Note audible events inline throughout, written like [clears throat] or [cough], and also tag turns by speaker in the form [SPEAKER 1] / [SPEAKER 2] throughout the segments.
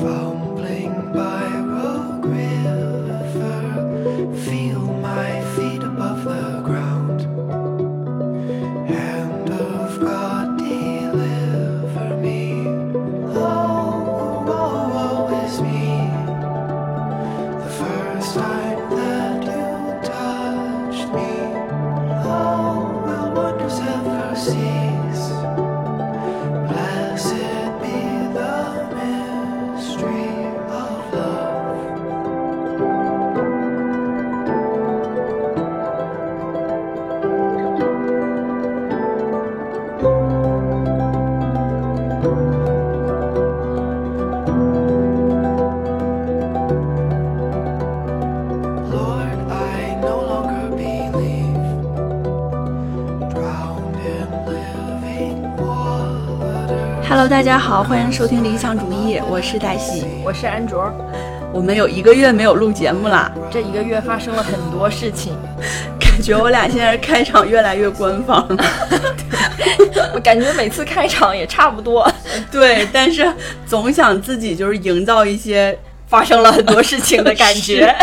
[SPEAKER 1] Fumbling by Rogue River, feel my feet above the ground. Hand of God, deliver me. Oh, woe is me. The first time that you touched me, oh, will wonders ever cease? Blessed be the mystery of love. Lord, I no longer believe. Drowned in living water.
[SPEAKER 2] Hello，大家好，欢迎收听理想主义，我是黛西。
[SPEAKER 3] 我是安卓，
[SPEAKER 2] 我们有一个月没有录节目啦，
[SPEAKER 3] 这一个月发生了很多事情，
[SPEAKER 2] 感觉我俩现在开场越来越官方了。
[SPEAKER 3] 我感觉每次开场也差不多。
[SPEAKER 2] 对，但是总想自己就是营造一些
[SPEAKER 3] 发生了很多事情的感 [laughs] 觉，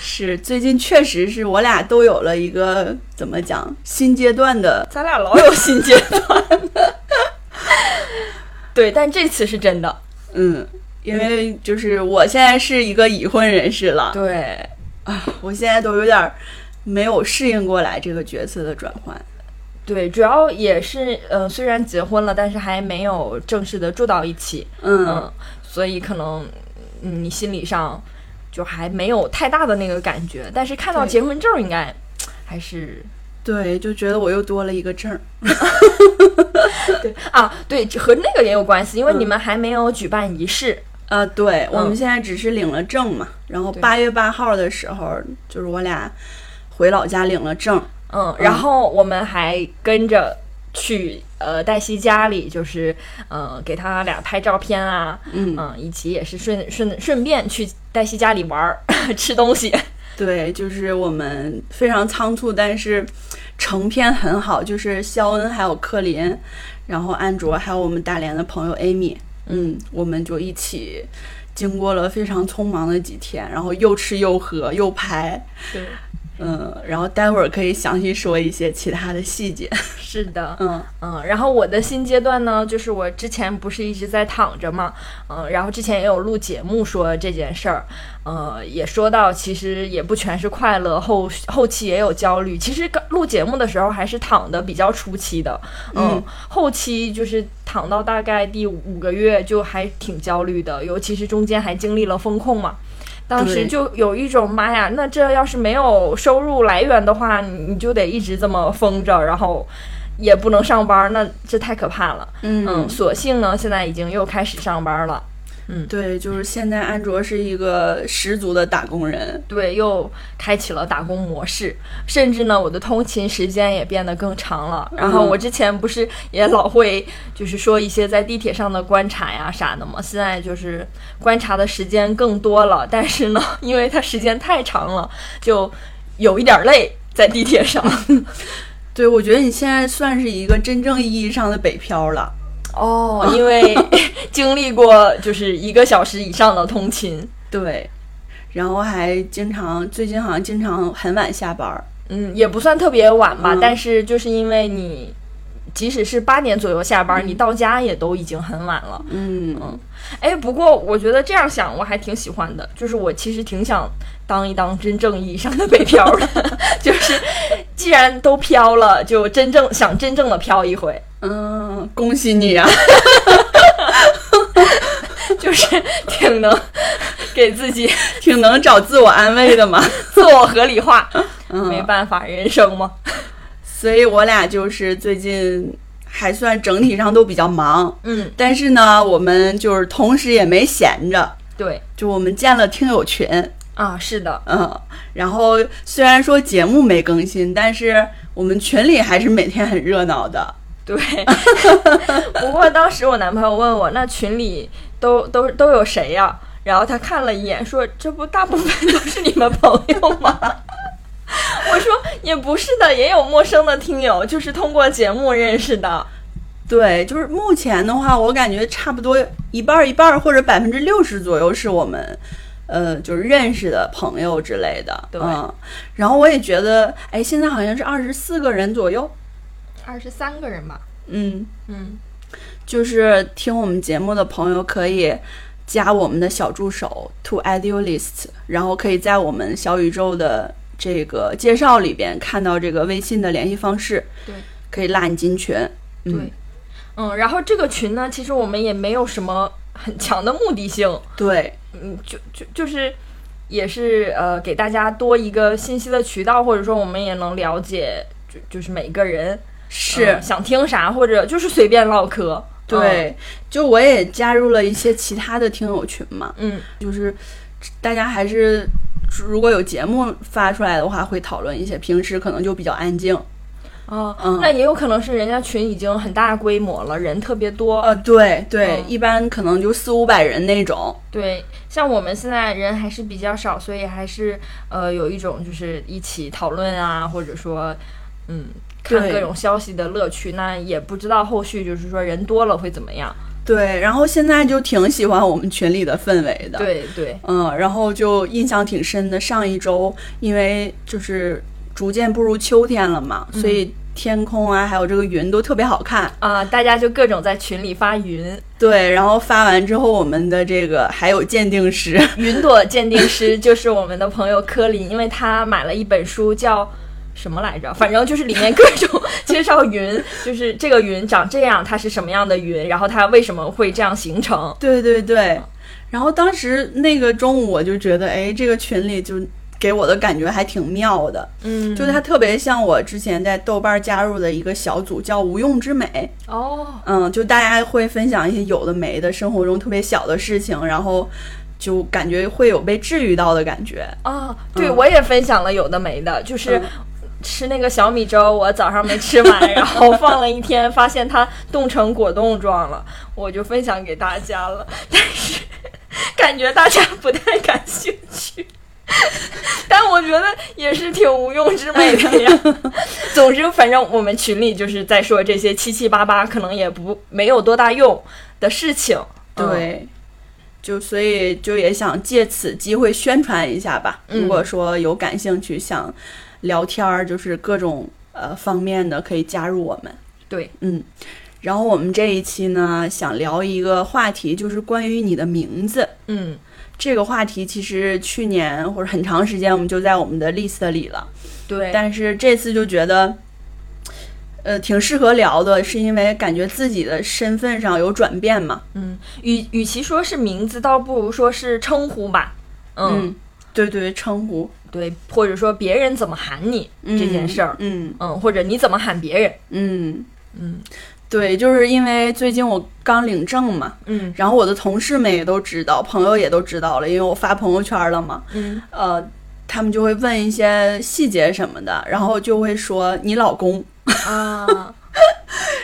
[SPEAKER 2] 是最近确实是我俩都有了一个怎么讲新阶段的，
[SPEAKER 3] 咱俩老有新阶段。对，但这次是真的。
[SPEAKER 2] 嗯，因为就是我现在是一个已婚人士了，
[SPEAKER 3] 对，
[SPEAKER 2] 我现在都有点儿没有适应过来这个角色的转换。
[SPEAKER 3] 对，主要也是，呃，虽然结婚了，但是还没有正式的住到一起，嗯，所以可能嗯你心理上就还没有太大的那个感觉，但是看到
[SPEAKER 2] 对
[SPEAKER 3] 结婚证应该还是
[SPEAKER 2] 对，就觉得我又多了一个证儿。
[SPEAKER 3] 对啊，对，这和那个也有关系，因为你们还没有举办仪式。
[SPEAKER 2] 呃，对，我们
[SPEAKER 3] 嗯
[SPEAKER 2] 现在只是领了证嘛，然后
[SPEAKER 3] 对
[SPEAKER 2] 八月八号的时候，就是我俩回老家领了证，
[SPEAKER 3] 嗯，然后我们还跟着去呃黛西家里，就是呃给他俩拍照片啊，
[SPEAKER 2] 嗯，
[SPEAKER 3] 嗯，以及也是顺顺顺便去黛西家里玩儿 [laughs] 吃东西。
[SPEAKER 2] 对，就是我们非常仓促，但是成片很好，就是肖恩还有克林，然后安卓还有我们大连的朋友 Amy，嗯，我们就一起。经过了非常匆忙的几天，然后又吃又喝又拍，
[SPEAKER 3] 对，
[SPEAKER 2] 嗯，然后待会儿可以详细说一些其他的细节，
[SPEAKER 3] [laughs] 是的，
[SPEAKER 2] 嗯，
[SPEAKER 3] 嗯，然后我的新阶段呢，就是我之前不是一直在躺着嘛，嗯，然后之前也有录节目说这件事儿，呃，也说到其实也不全是快乐，后后期也有焦虑。其实刚录节目的时候还是躺的比较初期的，嗯，
[SPEAKER 2] 嗯
[SPEAKER 3] 后期就是躺到大概第五个月就还挺焦虑的，尤其是中间还经历了风控嘛。当
[SPEAKER 2] 对
[SPEAKER 3] 时就有一种妈呀，那这要是没有收入来源的话，你你就得一直这么封着，然后也不能上班，那这太可怕了。嗯，所幸呢，现在已经又开始上班了。
[SPEAKER 2] 对，就是现在安卓是一个十足的打工人。
[SPEAKER 3] 对，又开启了打工模式，甚至呢，我的通勤时间也变得更长了。然后
[SPEAKER 2] 嗯
[SPEAKER 3] 我之前不是也老会就是说一些在地铁上的观察呀啥的嘛，现在就是观察的时间更多了，但是呢， [laughs] 因为它时间太长了，就有一点儿累在地铁上。
[SPEAKER 2] 对，我觉得你现在算是一个真正意义上的北漂了。
[SPEAKER 3] [laughs] 哦， [laughs] 因为经历过就是一个小时以上的通勤，
[SPEAKER 2] 对，然后还经常最近好像经常很晚下班儿。
[SPEAKER 3] 嗯，也不算特别晚吧，
[SPEAKER 2] 嗯
[SPEAKER 3] 但是就是因为你，即使是八点左右下班，你到家也都已经很晚了。
[SPEAKER 2] 嗯
[SPEAKER 3] 哎，不过我觉得这样想我还挺喜欢的，就是我其实挺想当一当真正意义上的北漂的， [laughs] 就是既然都飘了，就真正想真正的飘一回，
[SPEAKER 2] 嗯，恭喜你啊！ [laughs]
[SPEAKER 3] 就是挺能给自己
[SPEAKER 2] 挺能找自我安慰的嘛。
[SPEAKER 3] 自我合理化。没
[SPEAKER 2] 嗯，
[SPEAKER 3] 办法，人生嘛。
[SPEAKER 2] 所以我俩就是最近还算整体上都比较忙，
[SPEAKER 3] 嗯，
[SPEAKER 2] 但是呢，我们就是同时也没闲着，
[SPEAKER 3] 对
[SPEAKER 2] 就我们建了听友群。
[SPEAKER 3] 啊，是的，
[SPEAKER 2] 嗯，然后虽然说节目没更新，但是我们群里还是每天很热闹的。
[SPEAKER 3] [laughs] 对，不过当时我男朋友问我，那群里都都都有谁呀、然后他看了一眼，说：“这不大部分都是你们朋友吗？” [laughs] 我说：“也不是的，也有陌生的听友，就是通过节目认识的。
[SPEAKER 2] 对，就是目前的话，我感觉差不多一半儿一半，儿，或者百分之六十左右是我们，呃，就是认识的朋友之类的。
[SPEAKER 3] 对
[SPEAKER 2] 嗯，然后我也觉得，哎，现在好像是二十四个人左右。
[SPEAKER 3] 二十三个人吧，
[SPEAKER 2] 嗯，
[SPEAKER 3] 嗯，
[SPEAKER 2] 就是听我们节目的朋友可以加我们的小助手 to idealist，然后可以在我们小宇宙的这个介绍里边看到这个微信的联系方式，
[SPEAKER 3] 对，
[SPEAKER 2] 可以拉你进群。嗯
[SPEAKER 3] 对，嗯，然后这个群呢，其实我们也没有什么很强的目的性，
[SPEAKER 2] 对，
[SPEAKER 3] 嗯，就就就是也是呃，给大家多一个信息的渠道，或者说我们也能了解，就就是每个人
[SPEAKER 2] 是。
[SPEAKER 3] 嗯想听啥，或者就是随便唠嗑。
[SPEAKER 2] 对，就我也加入了一些其他的听友群嘛，
[SPEAKER 3] 嗯，
[SPEAKER 2] 就是大家还是如果有节目发出来的话，会讨论一些，平时可能就比较安静。
[SPEAKER 3] 嗯啊，
[SPEAKER 2] 嗯
[SPEAKER 3] 那也有可能是人家群已经很大规模了，人特别多。
[SPEAKER 2] 呃，对对，
[SPEAKER 3] 嗯
[SPEAKER 2] 一般可能就四五百人那种。
[SPEAKER 3] 对，像我们现在人还是比较少，所以还是呃有一种就是一起讨论啊，或者说嗯看
[SPEAKER 2] 对
[SPEAKER 3] 各种消息的乐趣。那也不知道后续就是说人多了会怎么样。
[SPEAKER 2] 对，然后现在就挺喜欢我们群里的氛围的。，
[SPEAKER 3] 对对，
[SPEAKER 2] 嗯，然后就印象挺深的。上一周因为就是逐渐步入秋天了嘛，所
[SPEAKER 3] 嗯
[SPEAKER 2] 以天空啊，还有这个云都特别好看。
[SPEAKER 3] 啊、大家就各种在群里发云， [laughs]
[SPEAKER 2] 对，然后发完之后，我们的这个还有鉴定师， [laughs]
[SPEAKER 3] 云朵鉴定师就是我们的朋友柯林，因为他买了一本书叫。什么来着？反正就是里面各种 [laughs] 介绍云，就是这个云长这样，它是什么样的云，然后它为什么会这样形成？
[SPEAKER 2] 对对
[SPEAKER 3] 嗯
[SPEAKER 2] 对。然后当时那个中午，我就觉得，哎，这个群里就给我的感觉还挺妙的，
[SPEAKER 3] 嗯
[SPEAKER 2] 就它特别像我之前在豆瓣加入的一个小组，叫“无用之美”。
[SPEAKER 3] 哦，
[SPEAKER 2] 嗯，就大家会分享一些有的没的，生活中特别小的事情，然后就感觉会有被治愈到的感觉。
[SPEAKER 3] 啊，对，
[SPEAKER 2] 嗯
[SPEAKER 3] 我也分享了有的没的，就是
[SPEAKER 2] 嗯
[SPEAKER 3] 吃那个小米粥，我早上没吃
[SPEAKER 2] [laughs]
[SPEAKER 3] 完，然后放了一天，发现它冻成果冻状了，我就分享给大家了，但是感觉大家不太感兴趣。但我觉得也是挺无用之美的
[SPEAKER 2] [laughs]
[SPEAKER 3] 呀。总之，反正我们群里就是在说这些七七八八，可能也不没有多大用的事情。嗯
[SPEAKER 2] 对，就所以就也想借此机会宣传一下吧。
[SPEAKER 3] 嗯
[SPEAKER 2] 如果说有感兴趣想聊天儿，就是各种呃方面的，可以加入我们。
[SPEAKER 3] 对，
[SPEAKER 2] 嗯。然后我们这一期呢，想聊一个话题，就是关于你的名字
[SPEAKER 3] 嗯。
[SPEAKER 2] 这个话题。其实去年或者很长时间，我们就在我们的 list 里了。
[SPEAKER 3] 对，
[SPEAKER 2] 但是这次就觉得，呃，挺适合聊的，是因为感觉自己的身份上有转变嘛。
[SPEAKER 3] 嗯，与与其说是名字，倒不如说是称呼吧。嗯，
[SPEAKER 2] 嗯，对对，称呼
[SPEAKER 3] 对，或者说别人怎么喊你、这件事儿，
[SPEAKER 2] 嗯
[SPEAKER 3] 嗯，或者你怎么喊别人，
[SPEAKER 2] 嗯，
[SPEAKER 3] 嗯
[SPEAKER 2] 对，就是因为最近我刚领证嘛，
[SPEAKER 3] 嗯
[SPEAKER 2] 然后我的同事们也都知道，朋友也都知道了，因为我发朋友圈了嘛，
[SPEAKER 3] [laughs] 嗯，
[SPEAKER 2] 呃，他们就会问一些细节什么的，然后就会说你老公，
[SPEAKER 3] 啊，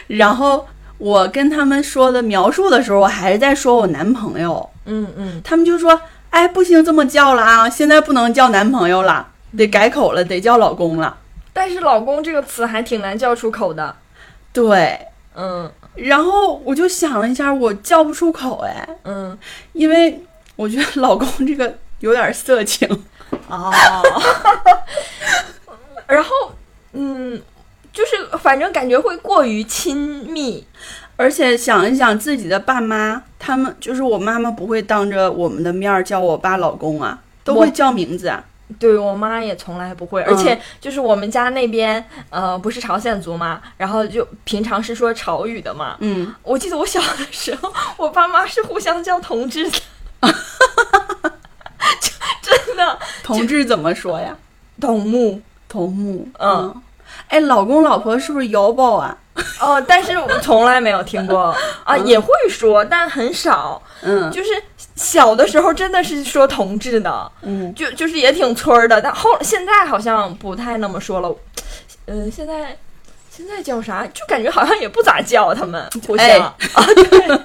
[SPEAKER 2] 然后。我跟他们说的描述的时候，我还是在说我男朋友，
[SPEAKER 3] 嗯嗯，
[SPEAKER 2] 他们就说：“哎，不行，这么叫了啊，现在不能叫男朋友了，
[SPEAKER 3] 嗯
[SPEAKER 2] 得改口了，得叫老公了。
[SPEAKER 3] 但是“老公”这个词还挺难叫出口的，”
[SPEAKER 2] 对，
[SPEAKER 3] 嗯
[SPEAKER 2] 然后我就想了一下，我叫不出口哎，
[SPEAKER 3] 嗯，
[SPEAKER 2] 因为我觉得老公这个有点色情。 [laughs]
[SPEAKER 3] 哦， [laughs] 然后嗯，就是反正感觉会过于亲密，
[SPEAKER 2] 而且想一想自己的爸妈，他们就是我妈妈不会当着我们的面儿叫我爸老公啊，都
[SPEAKER 3] 我
[SPEAKER 2] 会叫名字啊。
[SPEAKER 3] 对我妈也从来不会，而
[SPEAKER 2] 嗯
[SPEAKER 3] 且就是我们家那边，呃，不是朝鲜族嘛，然后就平常是说朝语的嘛。
[SPEAKER 2] 嗯，
[SPEAKER 3] 我记得我小的时候，我爸妈是互相叫同志的，就真的
[SPEAKER 2] 同志怎么说呀？
[SPEAKER 3] 同木
[SPEAKER 2] 同母。
[SPEAKER 3] 嗯
[SPEAKER 2] 嗯，哎，老公老婆是不是摇宝啊？
[SPEAKER 3] 哦，但是我从来没有听过啊，也会说，但很少。
[SPEAKER 2] 嗯
[SPEAKER 3] 就是小的时候真的是说同志的，
[SPEAKER 2] 嗯
[SPEAKER 3] 就就是也挺村儿的，但后现在好像不太那么说了。嗯、现在现在叫啥？就感觉好像也不咋叫他们互相、
[SPEAKER 2] 哎
[SPEAKER 3] 啊， [laughs] 对，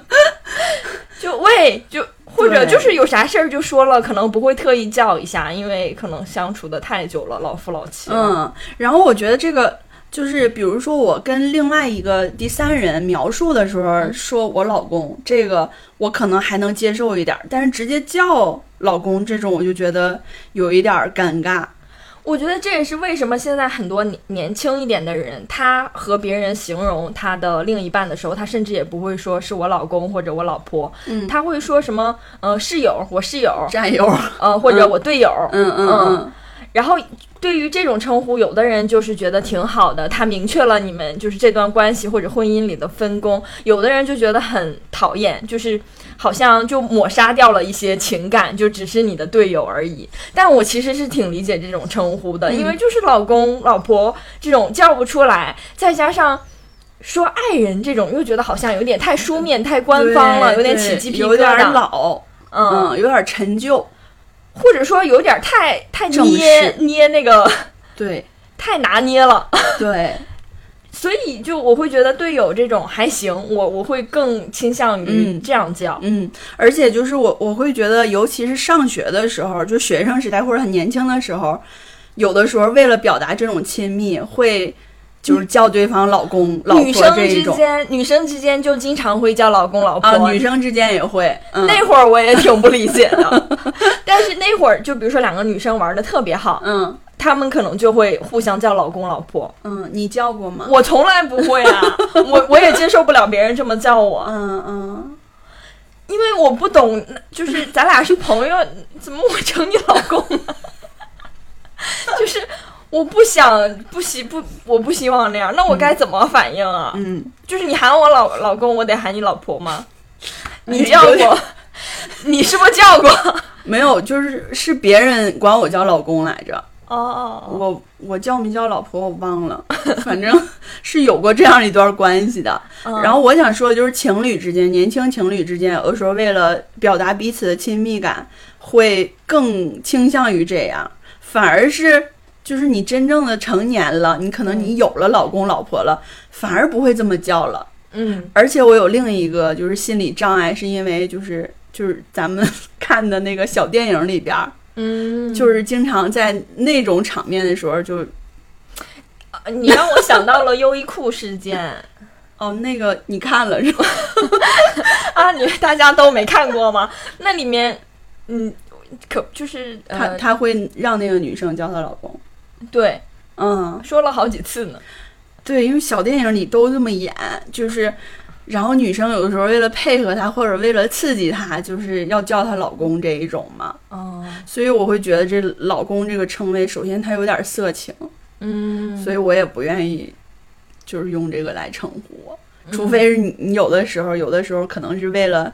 [SPEAKER 3] 就喂，就或者
[SPEAKER 2] 对
[SPEAKER 3] 就是有啥事儿就说了，可能不会特意叫一下，因为可能相处的太久了，老夫老妻了。
[SPEAKER 2] 嗯，然后我觉得这个就是，比如说我跟另外一个第三人描述的时候，说我老公这个，我可能还能接受一点儿，但是直接叫老公这种，我就觉得有一点儿尴
[SPEAKER 3] [laughs]
[SPEAKER 2] 尬。
[SPEAKER 3] 我觉得这也是为什么现在很多年年轻一点的人，他和别人形容他的另一半的时候，他甚至也不会说是我老公或者我老婆，
[SPEAKER 2] 嗯
[SPEAKER 3] 他会说什么呃室友，我室友，
[SPEAKER 2] 战友，
[SPEAKER 3] 呃或者我队友，
[SPEAKER 2] 嗯嗯嗯，
[SPEAKER 3] 然后对于这种称呼，有的人就是觉得挺好的，他明确了你们就是这段关系或者婚姻里的分工；有的人就觉得很讨厌，就是好像就抹杀掉了一些情感，就只是你的队友而已。但我其实是挺理解这种称呼的，
[SPEAKER 2] 嗯
[SPEAKER 3] 因为就是老公、老婆这种叫不出来，再加上。说爱人这种又觉得好像有点太书面、太官方了，
[SPEAKER 2] 对
[SPEAKER 3] 有点
[SPEAKER 2] 对
[SPEAKER 3] 起鸡皮
[SPEAKER 2] 有
[SPEAKER 3] 疙
[SPEAKER 2] 点儿
[SPEAKER 3] 瘩，
[SPEAKER 2] 老，
[SPEAKER 3] 嗯，
[SPEAKER 2] 嗯，有点儿陈旧，
[SPEAKER 3] 或者说有点太太
[SPEAKER 2] 正
[SPEAKER 3] 捏
[SPEAKER 2] 式
[SPEAKER 3] 捏那 [laughs] 个
[SPEAKER 2] 对
[SPEAKER 3] 太拿捏了，
[SPEAKER 2] 对，
[SPEAKER 3] 所以就我会觉得队友这种还行，我我会更倾向于
[SPEAKER 2] 嗯
[SPEAKER 3] 这样叫。
[SPEAKER 2] 嗯，而且就是我我会觉得，尤其是上学的时候，就学生时代或者很年轻的时候，有的时候为了表达这种亲密，会就是叫对方老公、老
[SPEAKER 3] 嗯女
[SPEAKER 2] 婆
[SPEAKER 3] 生
[SPEAKER 2] 这一
[SPEAKER 3] 之
[SPEAKER 2] 种
[SPEAKER 3] 间，女生之间就经常会叫老公老婆。
[SPEAKER 2] 啊，女生之间也会，嗯，
[SPEAKER 3] 那会儿我也挺不理解的，但是那会儿就比如说两个女生玩的特别好，
[SPEAKER 2] 嗯
[SPEAKER 3] 她们可能就会互相叫老公老婆。
[SPEAKER 2] 嗯，你叫过吗？
[SPEAKER 3] 我从来不会啊，我我也接受不了别人这么叫我，
[SPEAKER 2] 嗯嗯，
[SPEAKER 3] 因为我不懂，就是咱俩是朋友， [laughs] 怎么我成你老公了？就是我不想不希不我不希望那样，那我该怎么反应啊？
[SPEAKER 2] 嗯，
[SPEAKER 3] 就是你喊我老老公，我得喊你老婆吗？你
[SPEAKER 2] 哎
[SPEAKER 3] 叫
[SPEAKER 2] 有点
[SPEAKER 3] 过， [laughs] 你是不是叫过？
[SPEAKER 2] 没有，就是是别人管我叫老公来着，
[SPEAKER 3] 哦，
[SPEAKER 2] 我我叫没叫老婆我忘了，反正 [laughs] 是有过这样一段关系的。
[SPEAKER 3] 嗯
[SPEAKER 2] 然后我想说的就是情侣之间，年轻情侣之间，有的时候为了表达彼此的亲密感，会更倾向于这样，反而是。就是你真正的成年了，你可能你有了老公老婆了，反而不会这么叫了。
[SPEAKER 3] 嗯
[SPEAKER 2] 而且我有另一个就是心理障碍，是因为就是就是咱们 [laughs] 看的那个小电影里边儿，
[SPEAKER 3] 嗯，
[SPEAKER 2] 就是经常在那种场面的时候就，
[SPEAKER 3] 你让我想到了优衣库
[SPEAKER 2] [laughs]
[SPEAKER 3] 事件
[SPEAKER 2] 哦，那个你看了是吧？
[SPEAKER 3] 啊，你们大家都没看过吗？那里面，嗯，可就是
[SPEAKER 2] 他
[SPEAKER 3] 呃，
[SPEAKER 2] 他会让那个女生叫她老公。
[SPEAKER 3] 对，
[SPEAKER 2] 嗯，
[SPEAKER 3] 说了好几次呢。
[SPEAKER 2] 对，因为小电影里都这么演，就是，然后女生有的时候为了配合他或者为了刺激他，就是要叫他老公这一种嘛。
[SPEAKER 3] 哦，
[SPEAKER 2] 所以我会觉得这“老公”这个称谓，首先它有点色情，
[SPEAKER 3] 嗯，
[SPEAKER 2] 所以我也不愿意就是用这个来称呼我，除非是你你有的时候，有的时候可能是为了。呃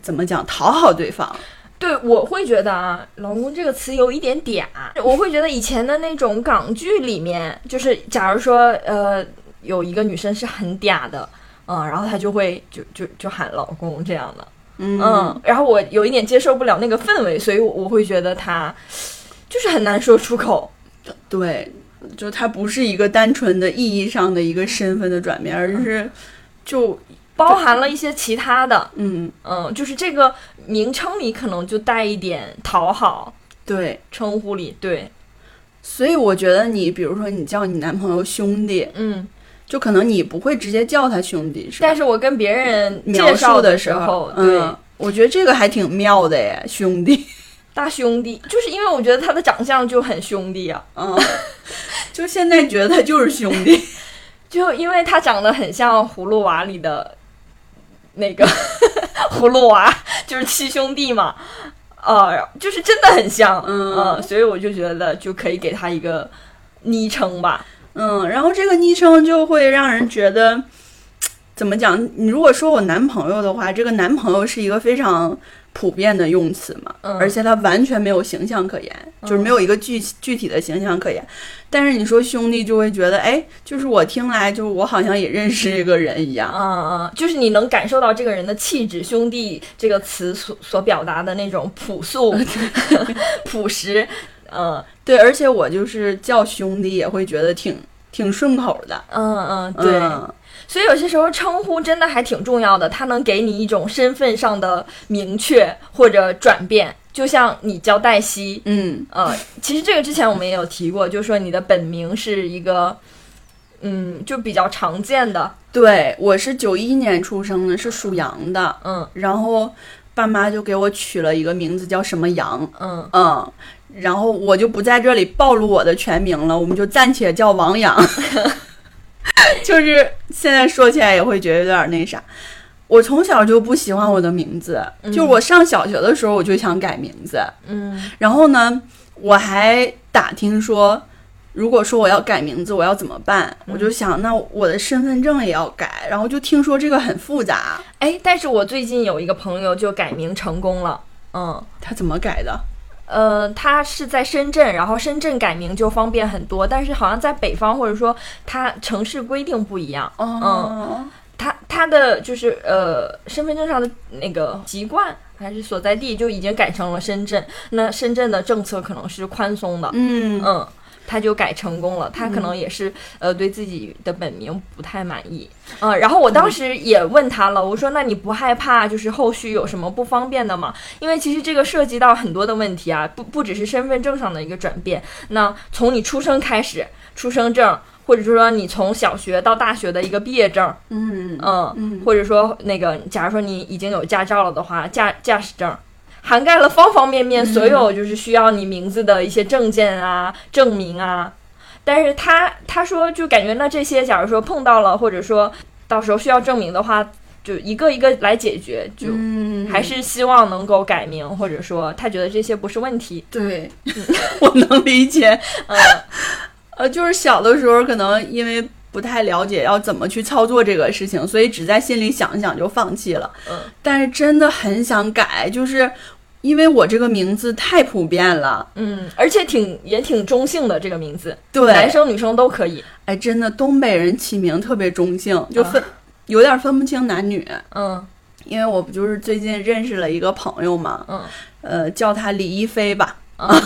[SPEAKER 2] 怎么讲？讨好对方，
[SPEAKER 3] 对我会觉得啊，“老公”这个词有一点嗲。我会觉得以前的那种港剧里面，就是假如说呃有一个女生是很嗲的，嗯、然后她就会就就就喊老公这样的，
[SPEAKER 2] 嗯
[SPEAKER 3] 嗯，然后我有一点接受不了那个氛围，所以我我会觉得她就是很难说出口。
[SPEAKER 2] 对，就它不是一个单纯的意义上的一个身份的转变，而
[SPEAKER 3] 嗯
[SPEAKER 2] 是就
[SPEAKER 3] 包含了一些其他的，
[SPEAKER 2] 嗯，
[SPEAKER 3] 嗯，就是这个名称里可能就带一点讨好，
[SPEAKER 2] 对，
[SPEAKER 3] 称呼里，对，
[SPEAKER 2] 所以我觉得你，比如说你叫你男朋友兄弟，
[SPEAKER 3] 嗯，
[SPEAKER 2] 就可能你不会直接叫他兄弟，是吧？
[SPEAKER 3] 但是我跟别人
[SPEAKER 2] 描
[SPEAKER 3] 介绍
[SPEAKER 2] 述的
[SPEAKER 3] 时
[SPEAKER 2] 候，
[SPEAKER 3] 对、
[SPEAKER 2] 嗯，我觉得这个还挺妙的耶，兄弟， [laughs]
[SPEAKER 3] 大兄弟，就是因为我觉得他的长相就很兄弟啊，
[SPEAKER 2] 嗯，就现在觉得他就是兄弟，
[SPEAKER 3] 就因为他长得很像葫芦娃里的那个 [laughs] 葫芦娃，就是七兄弟嘛，呃，就是真的很像，
[SPEAKER 2] 嗯
[SPEAKER 3] 呃所以我就觉得就可以给他一个昵称吧，
[SPEAKER 2] 嗯，然后这个昵称就会让人觉得，怎么讲？你如果说我男朋友的话，这个男朋友是一个非常普遍的用词嘛，
[SPEAKER 3] 嗯
[SPEAKER 2] 而且它完全没有形象可言，就是没有一个具具体的形象可言。但是你说兄弟，就会觉得，哎，就是我听来，就是我好像也认识这个人一样。
[SPEAKER 3] 啊、就是你能感受到这个人的气质，“
[SPEAKER 2] [laughs]
[SPEAKER 3] 兄弟”这个词所所表达的那种朴素、朴实，嗯
[SPEAKER 2] 对，而且我就是叫兄弟也会觉得挺挺顺口的。
[SPEAKER 3] 嗯嗯，对。
[SPEAKER 2] 嗯
[SPEAKER 3] 所以有些时候称呼真的还挺重要的，它能给你一种身份上的明确或者转变。就像你叫黛西，
[SPEAKER 2] 嗯
[SPEAKER 3] 呃，其实这个之前我们也有提过，就是说你的本名是一个，嗯，就比较常见的，
[SPEAKER 2] 对，我是九一年出生的，是属羊的，
[SPEAKER 3] 嗯
[SPEAKER 2] 然后爸妈就给我取了一个名字叫什么羊，
[SPEAKER 3] 嗯，
[SPEAKER 2] 嗯，然后我就不在这里暴露我的全名了，我们就暂且叫王阳。 [laughs] 就是现在说起来也会觉得有点那啥。我从小就不喜欢我的名字，
[SPEAKER 3] 嗯
[SPEAKER 2] 就我上小学的时候我就想改名字，
[SPEAKER 3] 嗯
[SPEAKER 2] 然后呢，我还打听说，如果说我要改名字，我要怎么办？我就想，那我的身份证也要改，然后就听说这个很复杂，
[SPEAKER 3] 哎，但是我最近有一个朋友就改名成功了，嗯。
[SPEAKER 2] 他怎么改的？
[SPEAKER 3] 呃，他是在深圳，然后深圳改名就方便很多，但是好像在北方或者说他城市规定不一样，
[SPEAKER 2] 哦，
[SPEAKER 3] 他他的就是呃身份证上的那个籍贯还是所在地就已经改成了深圳，那深圳的政策可能是宽松的，
[SPEAKER 2] 嗯
[SPEAKER 3] 嗯，他就改成功了。他可能也是、呃对自己的本名不太满意，嗯，然后我当时也问他了，我说那你不害怕就是后续有什么不方便的吗？因为其实这个涉及到很多的问题啊，不不只是身份证上的一个转变，那从你出生开始，出生证。或者说你从小学到大学的一个毕业证，
[SPEAKER 2] 嗯
[SPEAKER 3] 嗯，
[SPEAKER 2] 嗯
[SPEAKER 3] 或者说那个，假如说你已经有驾照了的话，驾驾驶证涵盖了方方面
[SPEAKER 2] 嗯
[SPEAKER 3] 面，所有就是需要你名字的一些证件啊、证明啊。但是他他说就感觉那这些，假如说碰到了，或者说到时候需要证明的话，就一个一个来解决，就
[SPEAKER 2] 嗯
[SPEAKER 3] 还是希望能够改名，或者说他觉得这些不是问题。
[SPEAKER 2] 对， [laughs] 我能理解。
[SPEAKER 3] 嗯
[SPEAKER 2] 呃，就是小的时候可能因为不太了解要怎么去操作这个事情，所以只在心里想一想就放弃了。
[SPEAKER 3] 嗯，
[SPEAKER 2] 但是真的很想改，就是因为我这个名字太普遍了。
[SPEAKER 3] 嗯，而且挺也挺中性的这个名字，
[SPEAKER 2] 对，
[SPEAKER 3] 男生女生都可以。
[SPEAKER 2] 哎，真的东北人起名特别中性，就分、有点分不清男女。
[SPEAKER 3] 嗯
[SPEAKER 2] 因为我不就是最近认识了一个朋友嘛，
[SPEAKER 3] 嗯。
[SPEAKER 2] 呃，叫他李一飞吧。
[SPEAKER 3] 啊，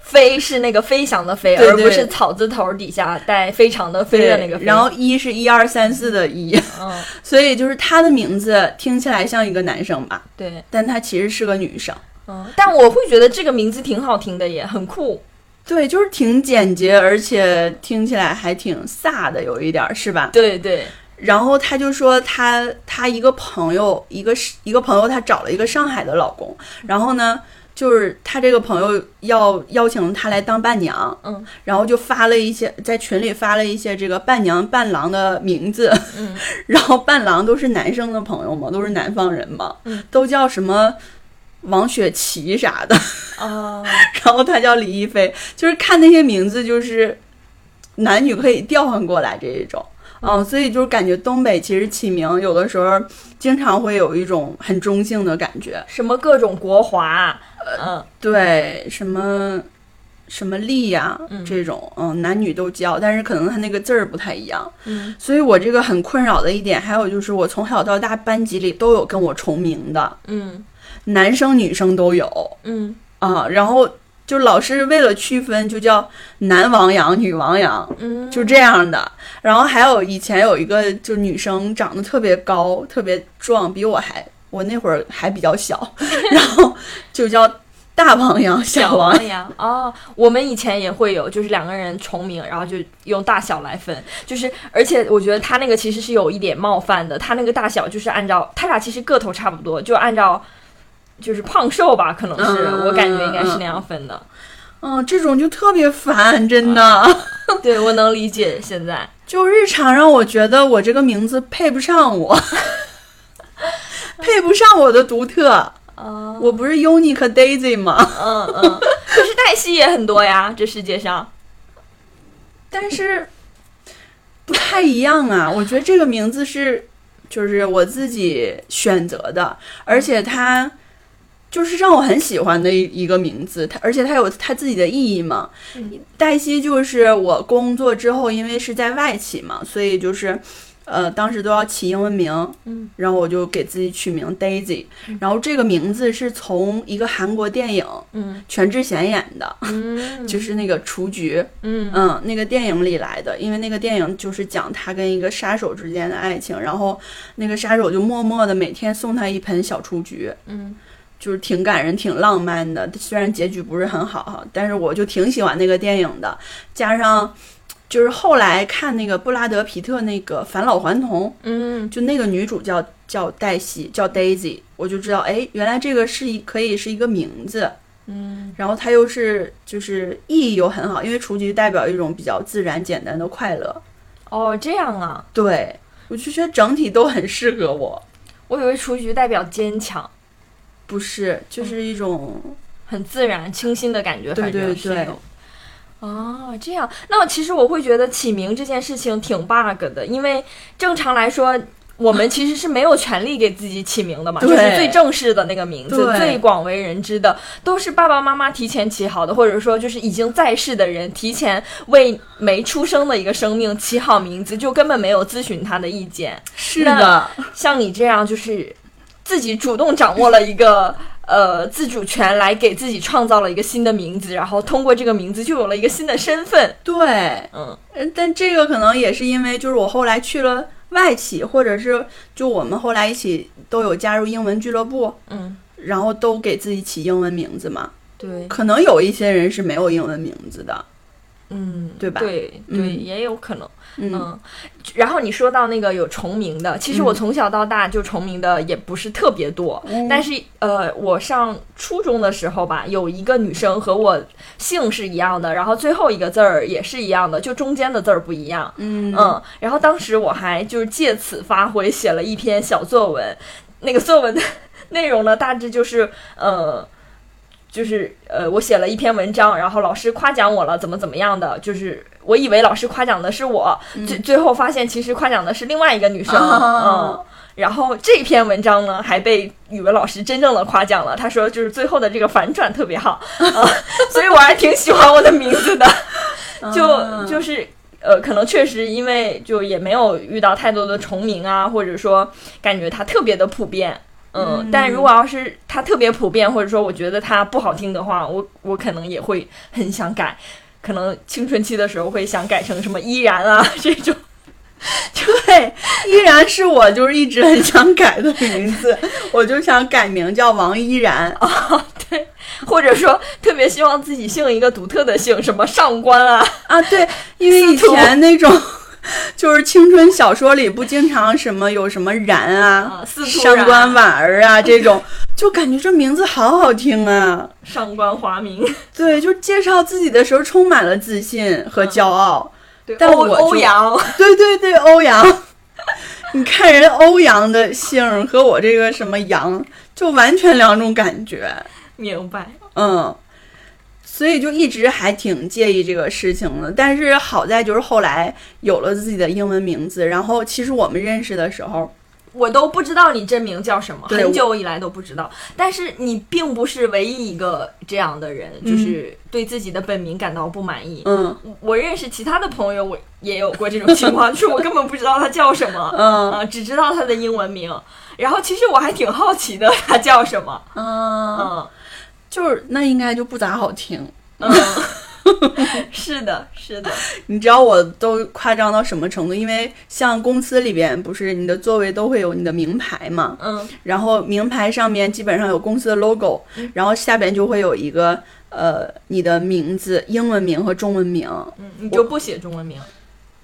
[SPEAKER 3] 飞是那个飞翔的飞，
[SPEAKER 2] 对对
[SPEAKER 3] 而不是草字头底下带非常的飞的那个飞。
[SPEAKER 2] 然后，一是一二三四的一， [laughs]
[SPEAKER 3] 嗯，
[SPEAKER 2] 所以就是他的名字听起来像一个男生吧，
[SPEAKER 3] 对，
[SPEAKER 2] 但他其实是个女生。
[SPEAKER 3] 嗯，但我会觉得这个名字挺好听的耶，很酷。
[SPEAKER 2] 对，就是挺简洁，而且听起来还挺飒的，有一点儿是吧？
[SPEAKER 3] 对对，
[SPEAKER 2] 然后他就说他他一个朋友，一个是一个朋友，他找了一个上海的老公，然后呢，就是他这个朋友要邀请他来当伴娘，
[SPEAKER 3] 嗯，
[SPEAKER 2] 然后就发了一些在群里发了一些这个伴娘伴郎的名字，
[SPEAKER 3] 嗯，
[SPEAKER 2] [laughs] 然后伴郎都是男生的朋友嘛，都是南方人嘛，
[SPEAKER 3] 嗯
[SPEAKER 2] 都叫什么王雪琪啥的，
[SPEAKER 3] 啊，
[SPEAKER 2] 然后他叫李一飞，就是看那些名字，就是男女可以调换过来这一种。嗯、所以就是感觉东北其实起名有的时候经常会有一种很中性的感觉，
[SPEAKER 3] 什么各种国华，嗯
[SPEAKER 2] 对什么什么丽呀、
[SPEAKER 3] 嗯
[SPEAKER 2] 这种，嗯，男女都叫，但是可能他那个字儿不太一样，
[SPEAKER 3] 嗯
[SPEAKER 2] 所以我这个很困扰的一点，还有就是我从小到大班级里都有跟我重名的，
[SPEAKER 3] 嗯
[SPEAKER 2] 男生女生都有，
[SPEAKER 3] 嗯
[SPEAKER 2] 啊，然后就老师为了区分，就叫男王阳、女王阳，
[SPEAKER 3] 嗯，
[SPEAKER 2] 就这样的。然后还有以前有一个就女生长得特别高、特别壮，比我还我那会儿还比较 [laughs] 小，然后就叫大王阳、小王阳。
[SPEAKER 3] 王呀，哦，我们以前也会有，就是两个人重名，然后就用大小来分，就是而且我觉得他那个其实是有一点冒犯的，他那个大小就是按照他俩其实个头差不多，就按照就是胖瘦吧，可能是、
[SPEAKER 2] 嗯
[SPEAKER 3] 我感觉应该是那样分的，
[SPEAKER 2] 嗯，这种就特别烦，真的。
[SPEAKER 3] 对我能理解现在。
[SPEAKER 2] 就日常让我觉得我这个名字配不上我，配不上我的独特。
[SPEAKER 3] 啊，
[SPEAKER 2] 我不是 Unique Daisy 吗？
[SPEAKER 3] 嗯嗯，可是黛西也很多呀，这世界上，
[SPEAKER 2] 但是不太一样啊。我觉得这个名字是就是我自己选择的，而且它就是让我很喜欢的一一个名字，它而且它有它自己的意义嘛
[SPEAKER 3] 嗯。
[SPEAKER 2] 黛西就是我工作之后，因为是在外企嘛，所以就是。呃，当时都要起英文名，
[SPEAKER 3] 嗯，
[SPEAKER 2] 然后我就给自己取名 Daisy，然后这个名字是从一个韩国电影
[SPEAKER 3] 嗯
[SPEAKER 2] 全智贤演的，
[SPEAKER 3] 嗯
[SPEAKER 2] 就是那个《雏菊》，
[SPEAKER 3] 嗯
[SPEAKER 2] 嗯，那个电影里来的，因为那个电影就是讲他跟一个杀手之间的爱情，然后那个杀手就默默的每天送他一盆小雏菊，
[SPEAKER 3] 嗯
[SPEAKER 2] 就是挺感人、挺浪漫的。虽然结局不是很好哈，但是我就挺喜欢那个电影的。加上就是后来看那个布拉德皮特那个《返老还童》，
[SPEAKER 3] 嗯
[SPEAKER 2] 就那个女主叫叫黛西，叫 Daisy，我就知道，哎，原来这个是一可以是一个名字。
[SPEAKER 3] 嗯
[SPEAKER 2] 然后它又是就是意义又很好，因为雏菊代表一种比较自然简单的快乐。
[SPEAKER 3] 哦，这样啊，
[SPEAKER 2] 对我就觉得整体都很适合我，
[SPEAKER 3] 我以为雏菊代表坚强，
[SPEAKER 2] 不是就是一种、
[SPEAKER 3] 很自然、清新的感觉，
[SPEAKER 2] 对
[SPEAKER 3] 反正
[SPEAKER 2] 对
[SPEAKER 3] 是
[SPEAKER 2] 对
[SPEAKER 3] 有。哦，这样，那其实我会觉得起名这件事情挺 bug 的，因为正常来说，我们其实是没有权利给自己起名的嘛，就
[SPEAKER 2] 对
[SPEAKER 3] 是最正式的那个名字，
[SPEAKER 2] 对
[SPEAKER 3] 最广为人知的，都是爸爸妈妈提前起好的，或者说就是已经在世的人提前为没出生的一个生命起好名字，就根本没有咨询他的意见。
[SPEAKER 2] 是
[SPEAKER 3] 的，像你这样就是自己主动掌握了一个呃自主权，来给自己创造了一个新的名字，然后通过这个名字就有了一个新的身份。
[SPEAKER 2] 对。
[SPEAKER 3] 嗯
[SPEAKER 2] 嗯但这个可能也是因为就是我后来去了外企，或者是就我们后来一起都有加入英文俱乐部，
[SPEAKER 3] 嗯，
[SPEAKER 2] 然后都给自己起英文名字嘛。
[SPEAKER 3] 对，
[SPEAKER 2] 可能有一些人是没有英文名字的，
[SPEAKER 3] 嗯，
[SPEAKER 2] 对吧
[SPEAKER 3] 对对、
[SPEAKER 2] 嗯
[SPEAKER 3] 也有可能。
[SPEAKER 2] 嗯
[SPEAKER 3] 嗯，然后你说到那个有重名的，其实我
[SPEAKER 2] 嗯
[SPEAKER 3] 从小到大就重名的也不是特别多，
[SPEAKER 2] 嗯
[SPEAKER 3] 但是呃，我上初中的时候吧，有一个女生和我姓是一样的，然后最后一个字儿也是一样的，就中间的字儿不一样。
[SPEAKER 2] 嗯
[SPEAKER 3] 嗯，然后当时我还就是借此发挥，写了一篇小作文。那个作文的 [laughs] 内容呢，大致就是呃，就是呃，我写了一篇文章，然后老师夸奖我了，怎么怎么样的，就是我以为老师夸奖的是我，最最后发现其实夸奖的是另外一个
[SPEAKER 2] [laughs]
[SPEAKER 3] 女生。
[SPEAKER 2] 啊
[SPEAKER 3] 嗯。然后这篇文章呢，还被语文老师真正的夸奖了。他说，就是最后的这个反转特别好，啊，所以我还挺喜欢我的名字的。就就是呃，可能确实因为就也没有遇到太多的重名啊，或者说感觉它特别的普遍。嗯，
[SPEAKER 2] 嗯
[SPEAKER 3] 但如果要是它特别普遍，或者说我觉得它不好听的话，我我可能也会很想改，可能青春期的时候会想改成什么依然啊这种。 [laughs]
[SPEAKER 2] 对，依然是我就是一直很想改的名字，我就想改名叫王依然。
[SPEAKER 3] 或者说特别希望自己姓一个独特的姓，什么上官啊，
[SPEAKER 2] 啊，对，因为以前那种 [laughs] 就是青春小说里不经常什么有什么然啊、
[SPEAKER 3] 啊司徒然
[SPEAKER 2] 上官婉儿啊这种，就感觉这名字好好听啊。
[SPEAKER 3] 上官华明，
[SPEAKER 2] 对，就是介绍自己的时候充满了自信和骄傲。
[SPEAKER 3] 对
[SPEAKER 2] 但
[SPEAKER 3] 欧
[SPEAKER 2] 我
[SPEAKER 3] 欧
[SPEAKER 2] 就
[SPEAKER 3] 阳，
[SPEAKER 2] 对对对，欧阳。 [laughs] 你看人欧阳的姓儿和我这个什么阳，就完全两种感觉。
[SPEAKER 3] 明白，
[SPEAKER 2] 嗯，所以就一直还挺介意这个事情的。但是好在就是后来有了自己的英文名字，然后其实我们认识的时候，
[SPEAKER 3] 我都不知道你真名叫什么，
[SPEAKER 2] 对
[SPEAKER 3] 很
[SPEAKER 2] 我
[SPEAKER 3] 久以来都不知道。但是你并不是唯一一个这样的人，
[SPEAKER 2] 嗯
[SPEAKER 3] 就是对自己的本名感到不满意。
[SPEAKER 2] 嗯
[SPEAKER 3] 我我认识其他的朋友，我也有过这种情况， [laughs] 就是我根本不知道他叫什么，
[SPEAKER 2] 嗯
[SPEAKER 3] 啊，只知道他的英文名。然后其实我还挺好奇的，他叫什么？
[SPEAKER 2] 嗯，
[SPEAKER 3] 嗯
[SPEAKER 2] 就是那应该就不咋好听。
[SPEAKER 3] 嗯， [laughs] 是的，是的，
[SPEAKER 2] 你知道我都夸张到什么程度？因为像公司里边不是你的座位都会有你的名牌嘛，
[SPEAKER 3] 嗯
[SPEAKER 2] 然后名牌上面基本上有公司的 logo，然后下边就会有一个呃你的名字、英文名和中文名。
[SPEAKER 3] 嗯，你就不写中文名？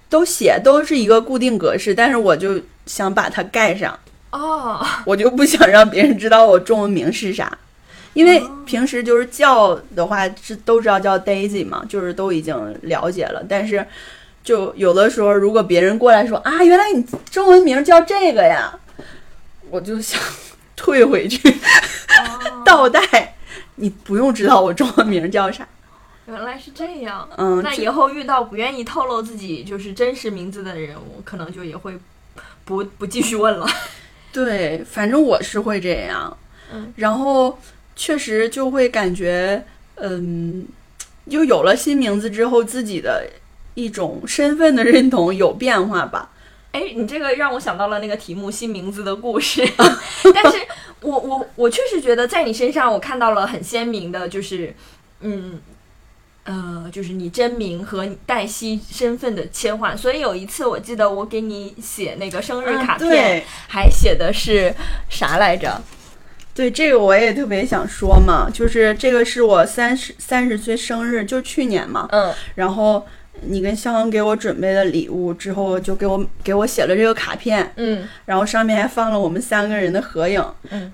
[SPEAKER 2] 都写都是一个固定格式，但是我就想把它盖上， [laughs]
[SPEAKER 3] 哦，
[SPEAKER 2] 我就不想让别人知道我中文名是啥，因为平时就是叫的话是都知道叫 Daisy 嘛，就是都已经了解了，但是就有的时候如果别人过来说啊，原来你中文名叫这个呀，我就想退回去
[SPEAKER 3] 哦
[SPEAKER 2] 倒带，你不用知道我中文名叫啥，
[SPEAKER 3] 原来是这样。
[SPEAKER 2] 嗯，
[SPEAKER 3] 那
[SPEAKER 2] 这
[SPEAKER 3] 以后遇到不愿意透露自己就是真实名字的人，我可能就也会不不继续问了。
[SPEAKER 2] 对，反正我是会这样，
[SPEAKER 3] 嗯
[SPEAKER 2] 然后确实就会感觉，嗯，就有了新名字之后，自己的一种身份的认同有变化吧。
[SPEAKER 3] [laughs] 哎，你这个让我想到了那个题目《新名字的故 [laughs] 事》，但是我我我确实觉得在你身上我看到了很鲜明的，就是嗯。呃，就是你真名和你黛西身份的切换，所以有一次我记得我给你写那个生日卡
[SPEAKER 2] 啊
[SPEAKER 3] 片，
[SPEAKER 2] 对
[SPEAKER 3] 还写的是啥来着？
[SPEAKER 2] 对，这个我也特别想说嘛，就是这个是我三十三十岁生日，就是去年嘛，
[SPEAKER 3] 嗯
[SPEAKER 2] 然后你跟肖恩给我准备了礼物之后，就给我给我写了这个卡片，
[SPEAKER 3] 嗯
[SPEAKER 2] 然后上面还放了我们三个人的合影，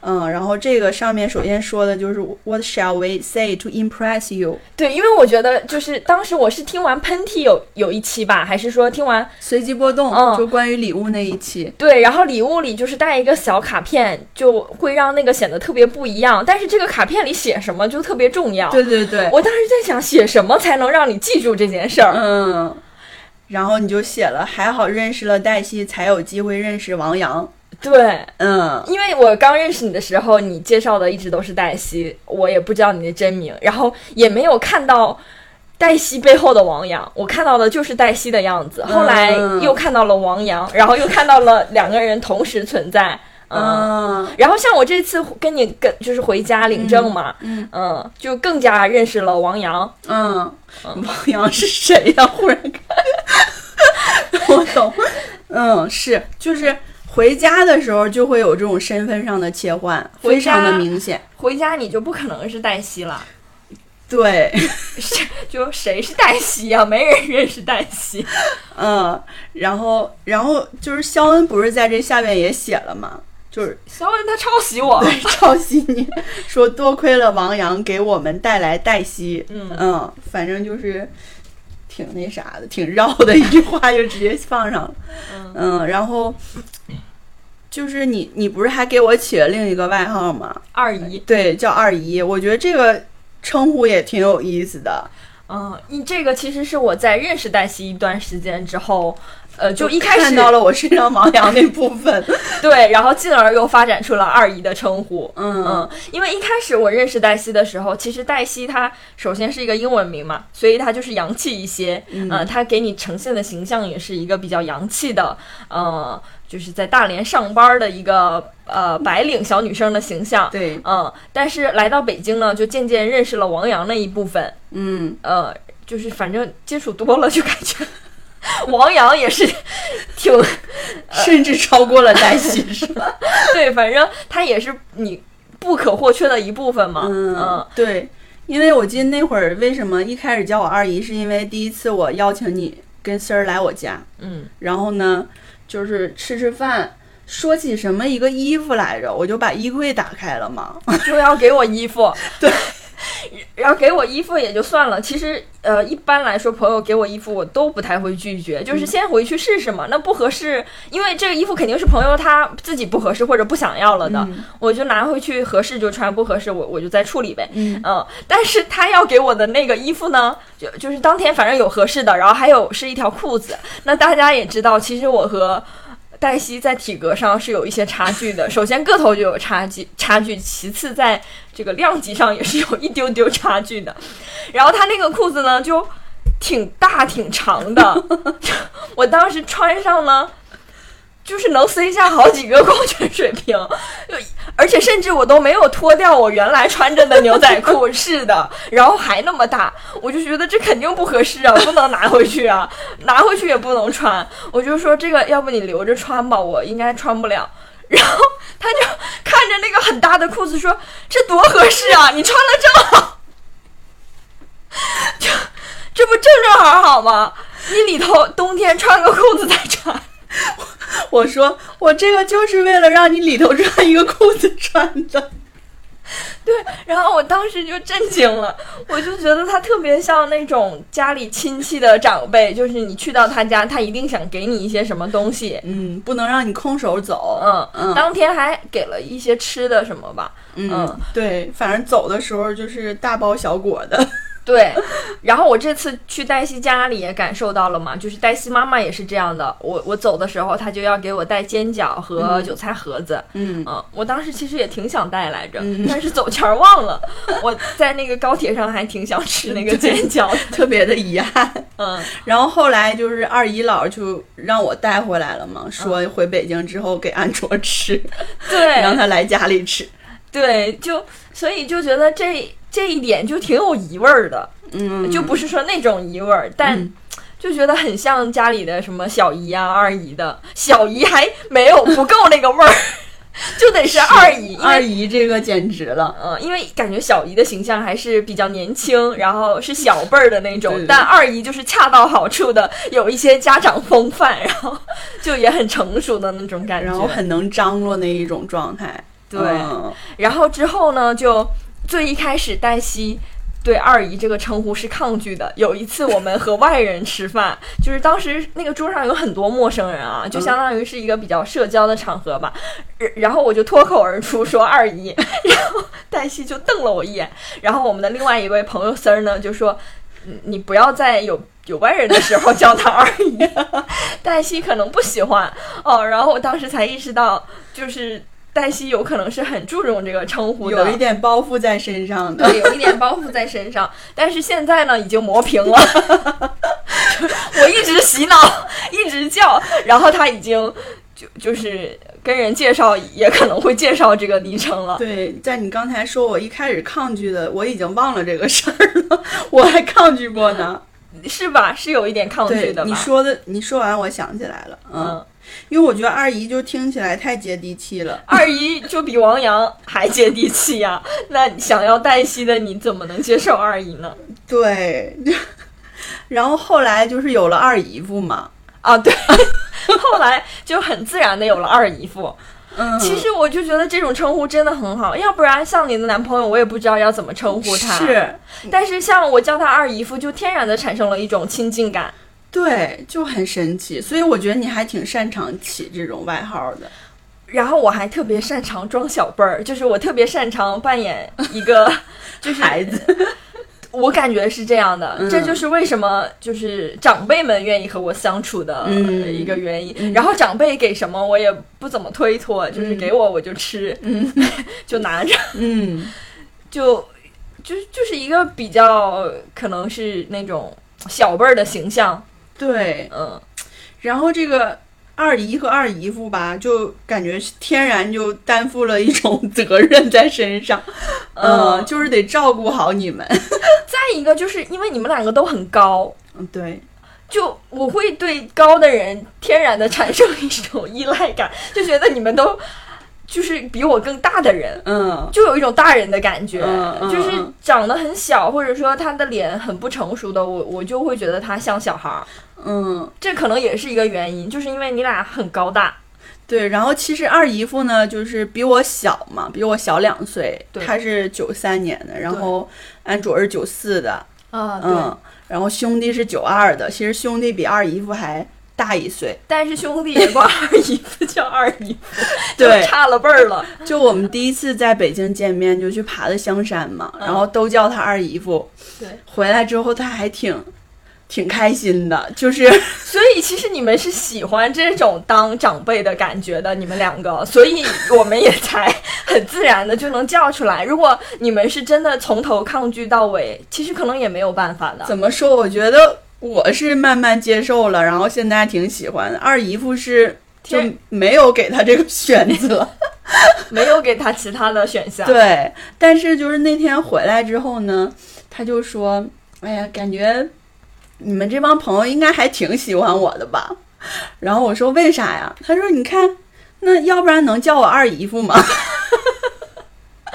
[SPEAKER 3] 嗯
[SPEAKER 2] 然后这个上面首先说的就是 What shall we say to impress you？
[SPEAKER 3] 对，因为我觉得就是当时我是听完喷嚏有有一期吧，还是说听完
[SPEAKER 2] 随机波动，
[SPEAKER 3] 嗯
[SPEAKER 2] 就关于礼物那一期，
[SPEAKER 3] 对，然后礼物里就是带一个小卡片，就会让那个显得特别不一样。但是这个卡片里写什么就特别重要。
[SPEAKER 2] 对对对，
[SPEAKER 3] 我当时在想，写什么才能让你记住这件事儿？
[SPEAKER 2] 嗯，然后你就写了，还好认识了黛西，才有机会认识王阳，
[SPEAKER 3] 对，
[SPEAKER 2] 嗯。
[SPEAKER 3] 因为我刚认识你的时候，你介绍的一直都是黛西，我也不知道你的真名，然后也没有看到黛西背后的王阳，我看到的就是黛西的样子。后来
[SPEAKER 2] 嗯
[SPEAKER 3] 又看到了王阳，然后又看到了两个人同时存在。嗯，
[SPEAKER 2] 嗯
[SPEAKER 3] 然后像我这次跟你跟就是回家领证嘛，
[SPEAKER 2] 嗯
[SPEAKER 3] 嗯，就更加认识了王阳。
[SPEAKER 2] 嗯，王阳是谁呀、忽然看，我懂。 [laughs] 嗯，是，就是回家的时候就会有这种身份上的切换，非
[SPEAKER 3] 回家
[SPEAKER 2] 常的明显。
[SPEAKER 3] 回家你就不可能是黛西了，
[SPEAKER 2] 对，
[SPEAKER 3] 就谁是黛西呀、没人认识黛西。
[SPEAKER 2] 嗯，然后，然后就是肖恩不是在这下面也写了吗？就是
[SPEAKER 3] 小文他抄袭我，
[SPEAKER 2] 抄袭你说，多亏了王阳给我们带来黛西。
[SPEAKER 3] 嗯，
[SPEAKER 2] 嗯，反正就是挺那啥的，挺绕的一句话就直接放上了。
[SPEAKER 3] 嗯
[SPEAKER 2] 然后就是你，你不是还给我起了另一个外号吗？
[SPEAKER 3] [laughs] 二姨，
[SPEAKER 2] 对，叫二姨。我觉得这个称呼也挺有意思的。
[SPEAKER 3] 嗯，你这个其实是我在认识黛西一段时间之后，呃，就一开始
[SPEAKER 2] 看到了我身上王阳那部分。
[SPEAKER 3] 对，然后进而又发展出了二姨的称呼。
[SPEAKER 2] 嗯
[SPEAKER 3] 嗯，因为一开始我认识黛西的时候，其实黛西她首先是一个英文名嘛，所以她就是洋气一些。
[SPEAKER 2] 嗯
[SPEAKER 3] 呃，她给你呈现的形象也是一个比较洋气的，呃，就是在大连上班的一个呃白领小女生的形象。
[SPEAKER 2] 对，
[SPEAKER 3] 嗯，但是来到北京呢，就渐渐认识了王阳那一部分。
[SPEAKER 2] 嗯，
[SPEAKER 3] 呃，就是反正接触多了，就感觉王阳也是挺 [laughs]
[SPEAKER 2] [laughs] 甚至超过了黛西，是吧？
[SPEAKER 3] 对，反正他也是你不可或缺的一部分嘛。
[SPEAKER 2] 嗯，对。因为我记得那会儿，为什么一开始叫我二姨，是因为第一次我邀请你跟丝儿来我家，
[SPEAKER 3] 嗯
[SPEAKER 2] 然后呢，就是吃吃饭，说起什么一个衣服来着，我就把衣柜打开了嘛。。
[SPEAKER 3] 嗯，就要给我衣服
[SPEAKER 2] [laughs]
[SPEAKER 3] [laughs]
[SPEAKER 2] 对。
[SPEAKER 3] 然后给我衣服也就算了，其实呃，一般来说，朋友给我衣服我都不太会拒绝，就是
[SPEAKER 2] 嗯
[SPEAKER 3] 先回去试试嘛。那不合适，因为这个衣服肯定是朋友他自己不合适或者不想要了的，
[SPEAKER 2] 嗯
[SPEAKER 3] 我就拿回去合适就穿，不合适我我就再处理呗。
[SPEAKER 2] 嗯
[SPEAKER 3] 嗯，但是他要给我的那个衣服呢，就就是当天反正有合适的，然后还有是一条裤子。那大家也知道，其实我和黛西在体格上是有一些差距的。首先个头就有差距，差距；其次在这个量级上也是有一丢丢差距的。然后他那个裤子呢，就挺大挺长的，我当时穿上呢。就是能塞下好几个矿泉水瓶，而且甚至我都没有脱掉我原来穿着的牛仔裤，是的，然后还那么大，我就觉得这肯定不合适啊，不能拿回去啊，拿回去也不能穿。我就说这个，要不你留着穿吧，我应该穿不了。然后他就看着那个很大的裤子说：“这多合适啊，你穿的正好，这这不正正好好吗？你里头冬天穿个裤子再穿。”
[SPEAKER 2] 我说我这个就是为了让你里头穿一个裤子穿的。
[SPEAKER 3] 然后我当时就震惊了，我就觉得他特别像那种家里亲戚的长辈，就是你去到他家，他一定想给你一些什么东西。
[SPEAKER 2] 嗯，不能让你空手走。
[SPEAKER 3] 嗯，
[SPEAKER 2] 嗯
[SPEAKER 3] 当天还给了一些吃的什么吧。
[SPEAKER 2] 嗯
[SPEAKER 3] 嗯
[SPEAKER 2] 对，反正走的时候就是大包小裹的。
[SPEAKER 3] 对，然后我这次去黛西家里也感受到了嘛，就是黛西妈妈也是这样的。我我走的时候，她就要给我带煎饺和
[SPEAKER 2] 嗯
[SPEAKER 3] 韭菜盒子。
[SPEAKER 2] 嗯
[SPEAKER 3] 嗯，我当时其实也挺想带来着，
[SPEAKER 2] 嗯
[SPEAKER 3] 但是走前儿忘了。 [laughs] 我在那个高铁上还挺想吃那个煎
[SPEAKER 2] [laughs]
[SPEAKER 3] 饺的。
[SPEAKER 2] [laughs] 特别的遗憾。
[SPEAKER 3] 嗯，
[SPEAKER 2] 然后后来就是二姨姥就让我带回来了
[SPEAKER 3] 嗯
[SPEAKER 2] 嘛，说回北京之后给安卓吃，让
[SPEAKER 3] [laughs] 对
[SPEAKER 2] 她来家里吃。
[SPEAKER 3] 对，就所以就觉得这这一点就挺有疑味儿的，
[SPEAKER 2] 嗯，
[SPEAKER 3] 就不是说那种疑味儿，但。
[SPEAKER 2] 嗯
[SPEAKER 3] 就觉得很像家里的什么小姨啊、二姨的，小姨还没有不够那个味儿，就得是二姨，因
[SPEAKER 2] [laughs]
[SPEAKER 3] 为
[SPEAKER 2] 二姨这个简直
[SPEAKER 3] [laughs]
[SPEAKER 2] 了。
[SPEAKER 3] 嗯，因为感觉小姨的形象还是比较年轻，然后是小辈儿的那种，
[SPEAKER 2] 对对
[SPEAKER 3] 但二姨就是恰到好处的，有一些家长风范，然后就也很成熟的那种感觉。
[SPEAKER 2] 然后很能张罗那一种状态，
[SPEAKER 3] 对
[SPEAKER 2] 嗯
[SPEAKER 3] 然后之后呢，就最一开始黛西。对二姨这个称呼是抗拒的。有一次我们和外人吃饭，就是当时那个桌上有很多陌生人
[SPEAKER 2] 嗯
[SPEAKER 3] 啊，就相当于是一个比较社交的场合吧。然然后我就脱口而出说二姨，然后黛西就瞪了我一眼。然后我们的另外一位朋友丝儿呢就说：“嗯你不要在有有外人的时候叫她二姨，黛西可能不喜欢哦。”然后我当时才意识到，就是黛西有可能是很注重这个称呼的，
[SPEAKER 2] 有一点包袱在身上
[SPEAKER 3] [laughs]
[SPEAKER 2] 的。
[SPEAKER 3] 对，有一点包袱在身上，但是现在呢，已经磨平了。 [laughs] 我一直洗脑，一直叫，然后他已经就就是跟人介绍，也可能会介绍这个昵称了。
[SPEAKER 2] 对，在你刚才说我一开始抗拒的，我已经忘了这个事儿了， [laughs] 我还抗拒过呢。
[SPEAKER 3] 是吧？是有一点 [laughs] 抗拒
[SPEAKER 2] 对
[SPEAKER 3] 的，吧？
[SPEAKER 2] 你说的，你说完我想起来了，嗯，
[SPEAKER 3] 嗯，
[SPEAKER 2] 因为我觉得二姨就听起来太接地气了。
[SPEAKER 3] 二姨就比王阳还接地气呀、那想要黛西的，你怎么能接受二姨呢？
[SPEAKER 2] 对， [laughs] 然后后来就是有了二姨夫嘛，
[SPEAKER 3] 啊，对， [laughs] 后来就很自然的有了二姨夫。
[SPEAKER 2] 嗯，
[SPEAKER 3] 其实我就觉得这种称呼真的很好，要不然像你的男朋友，我也不知道要怎么称呼他。，
[SPEAKER 2] 是
[SPEAKER 3] 但是像我叫他二姨夫，就天然的产生了一种亲近感。
[SPEAKER 2] 对，就很神奇，所以我觉得你还挺擅长起这种外号的。
[SPEAKER 3] 然后我还特别擅长装小辈儿，就是我特别擅长扮演一
[SPEAKER 2] [laughs]
[SPEAKER 3] 个就是
[SPEAKER 2] 孩
[SPEAKER 3] [laughs] 子。我感觉是这样的，
[SPEAKER 2] 嗯
[SPEAKER 3] 这就是为什么就是长辈们愿意和我相处的
[SPEAKER 2] 嗯
[SPEAKER 3] 一个原因。
[SPEAKER 2] 嗯
[SPEAKER 3] 然后长辈给什么我也不怎么推脱，就是
[SPEAKER 2] 嗯
[SPEAKER 3] 给我我就吃，
[SPEAKER 2] 嗯
[SPEAKER 3] [laughs] 就拿着。
[SPEAKER 2] 嗯，
[SPEAKER 3] 就就就是一个比较可能是那种小辈儿的形象，
[SPEAKER 2] 对，
[SPEAKER 3] 嗯，
[SPEAKER 2] 然后这个。二姨和二姨夫吧，就感觉天然就担负了一种 [laughs] 责任在身上，
[SPEAKER 3] 嗯
[SPEAKER 2] 嗯，就是得照顾好你们。
[SPEAKER 3] 再一个就是因为你们两个都很高，
[SPEAKER 2] 嗯，对，
[SPEAKER 3] 就我会对高的人天然的产生一种依赖感，就觉得你们都就是比我更大的人。
[SPEAKER 2] 嗯，
[SPEAKER 3] 就有一种大人的感觉，
[SPEAKER 2] 嗯嗯
[SPEAKER 3] 就是
[SPEAKER 2] 嗯
[SPEAKER 3] 长得很小，或者说他的脸很不成熟的，我我就会觉得他像小孩儿。
[SPEAKER 2] 嗯，
[SPEAKER 3] 这可能也是一个原因，就是因为你俩很高大，
[SPEAKER 2] 对。然后其实二姨夫呢，就是比我小嘛，比我小两岁，
[SPEAKER 3] 对
[SPEAKER 2] 他是九三年的，然后安卓是九四的，
[SPEAKER 3] 啊对。
[SPEAKER 2] 嗯，然后兄弟是九二的，其实兄弟比二姨夫还大一
[SPEAKER 3] [laughs]
[SPEAKER 2] 岁。
[SPEAKER 3] 但是兄弟也管二姨夫叫二姨 [laughs] 夫，
[SPEAKER 2] 对
[SPEAKER 3] 就差了辈儿了。
[SPEAKER 2] 就我们第一次在北京见面，就去爬的香山嘛，
[SPEAKER 3] 嗯
[SPEAKER 2] 然后都叫他二姨夫。
[SPEAKER 3] 对，
[SPEAKER 2] 回来之后他还挺挺开心的，
[SPEAKER 3] [laughs]
[SPEAKER 2] 就是
[SPEAKER 3] [laughs] 所以其实你们是喜欢这种当长辈的感觉的，你们两个，所以我们也才很自然的就能叫出来。如果你们是真的从头抗拒到尾，其实可能也没有办法的。
[SPEAKER 2] 怎么说？我觉得我是慢慢接受了，然后现在还挺喜欢的。二姨夫是就
[SPEAKER 3] 天
[SPEAKER 2] 没有给他这个选择，
[SPEAKER 3] 没有给他其他的选
[SPEAKER 2] [laughs]
[SPEAKER 3] 项。
[SPEAKER 2] 对。但是就是那天回来之后呢，他就说：“哎呀，感觉你们这帮朋友应该还挺喜欢我的吧？”然后我说：“为啥呀？”他说：“你看，那要不然能叫我二姨夫吗？”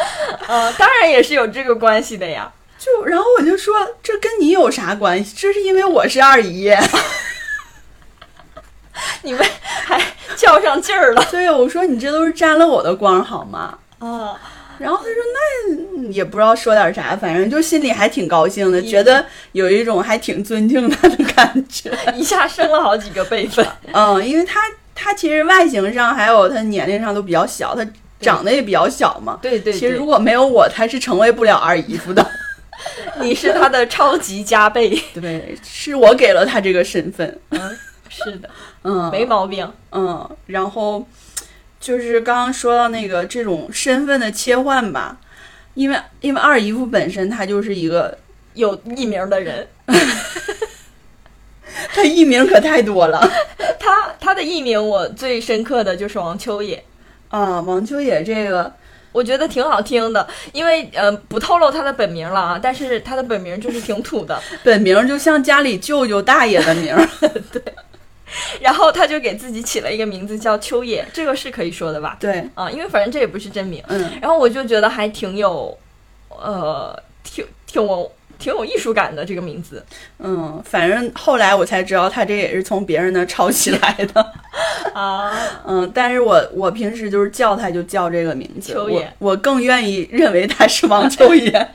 [SPEAKER 2] [laughs]
[SPEAKER 3] 呃，当然也是有这个关系的呀。
[SPEAKER 2] 就然后我就说：“这跟你有啥关系？这是因为我是二姨。”
[SPEAKER 3] 你们还较上劲儿 [laughs] 了
[SPEAKER 2] 对，我说你这都是沾了我的光好吗？
[SPEAKER 3] 啊！
[SPEAKER 2] 然后他说那也不知道说点啥，反正就心里还挺高兴的，
[SPEAKER 3] 嗯
[SPEAKER 2] 觉得有一种还挺尊敬他的感觉。
[SPEAKER 3] 一下升了好几个辈分。
[SPEAKER 2] 嗯，因为他他其实外形上还有他年龄上都比较小，他长得也比较小嘛。
[SPEAKER 3] [laughs] 对对对 [laughs]
[SPEAKER 2] 其实如果没有我，他是成为不了二姨夫的。
[SPEAKER 3] 你是他的超级加倍。
[SPEAKER 2] 对，是我给了他这个身份，
[SPEAKER 3] 嗯，是的，
[SPEAKER 2] 嗯，
[SPEAKER 3] 没毛病。
[SPEAKER 2] 嗯，然后就是刚刚说到那个这种身份的切换吧，因为因为二姨夫本身他就是一个，
[SPEAKER 3] 有艺名的人， [laughs]
[SPEAKER 2] 他艺名可太多了
[SPEAKER 3] 他他的艺名我最深刻的就是王秋野，
[SPEAKER 2] 啊。王秋野这个，
[SPEAKER 3] 我觉得挺好听的，因为呃不透露他的本名了啊，但是他的本名就是挺土的。 [laughs]
[SPEAKER 2] 本名就像家里舅舅大爷的名儿， [laughs]
[SPEAKER 3] 然后他就给自己起了一个名字叫秋野，这个是可以说的吧？
[SPEAKER 2] 对，
[SPEAKER 3] 啊，因为反正这也不是真名。
[SPEAKER 2] 嗯，
[SPEAKER 3] 然后我就觉得还挺有，呃，挺挺有挺有艺术感的这个
[SPEAKER 2] [laughs]
[SPEAKER 3] 名字
[SPEAKER 2] 嗯，反正后来我才知道，他这也是从别人那儿抄袭来的。
[SPEAKER 3] 啊。
[SPEAKER 2] 嗯，但是我我平时就是叫他就叫这个名字，
[SPEAKER 3] 秋
[SPEAKER 2] 我
[SPEAKER 3] 野
[SPEAKER 2] 我更愿意认为他是王秋 [laughs] 野。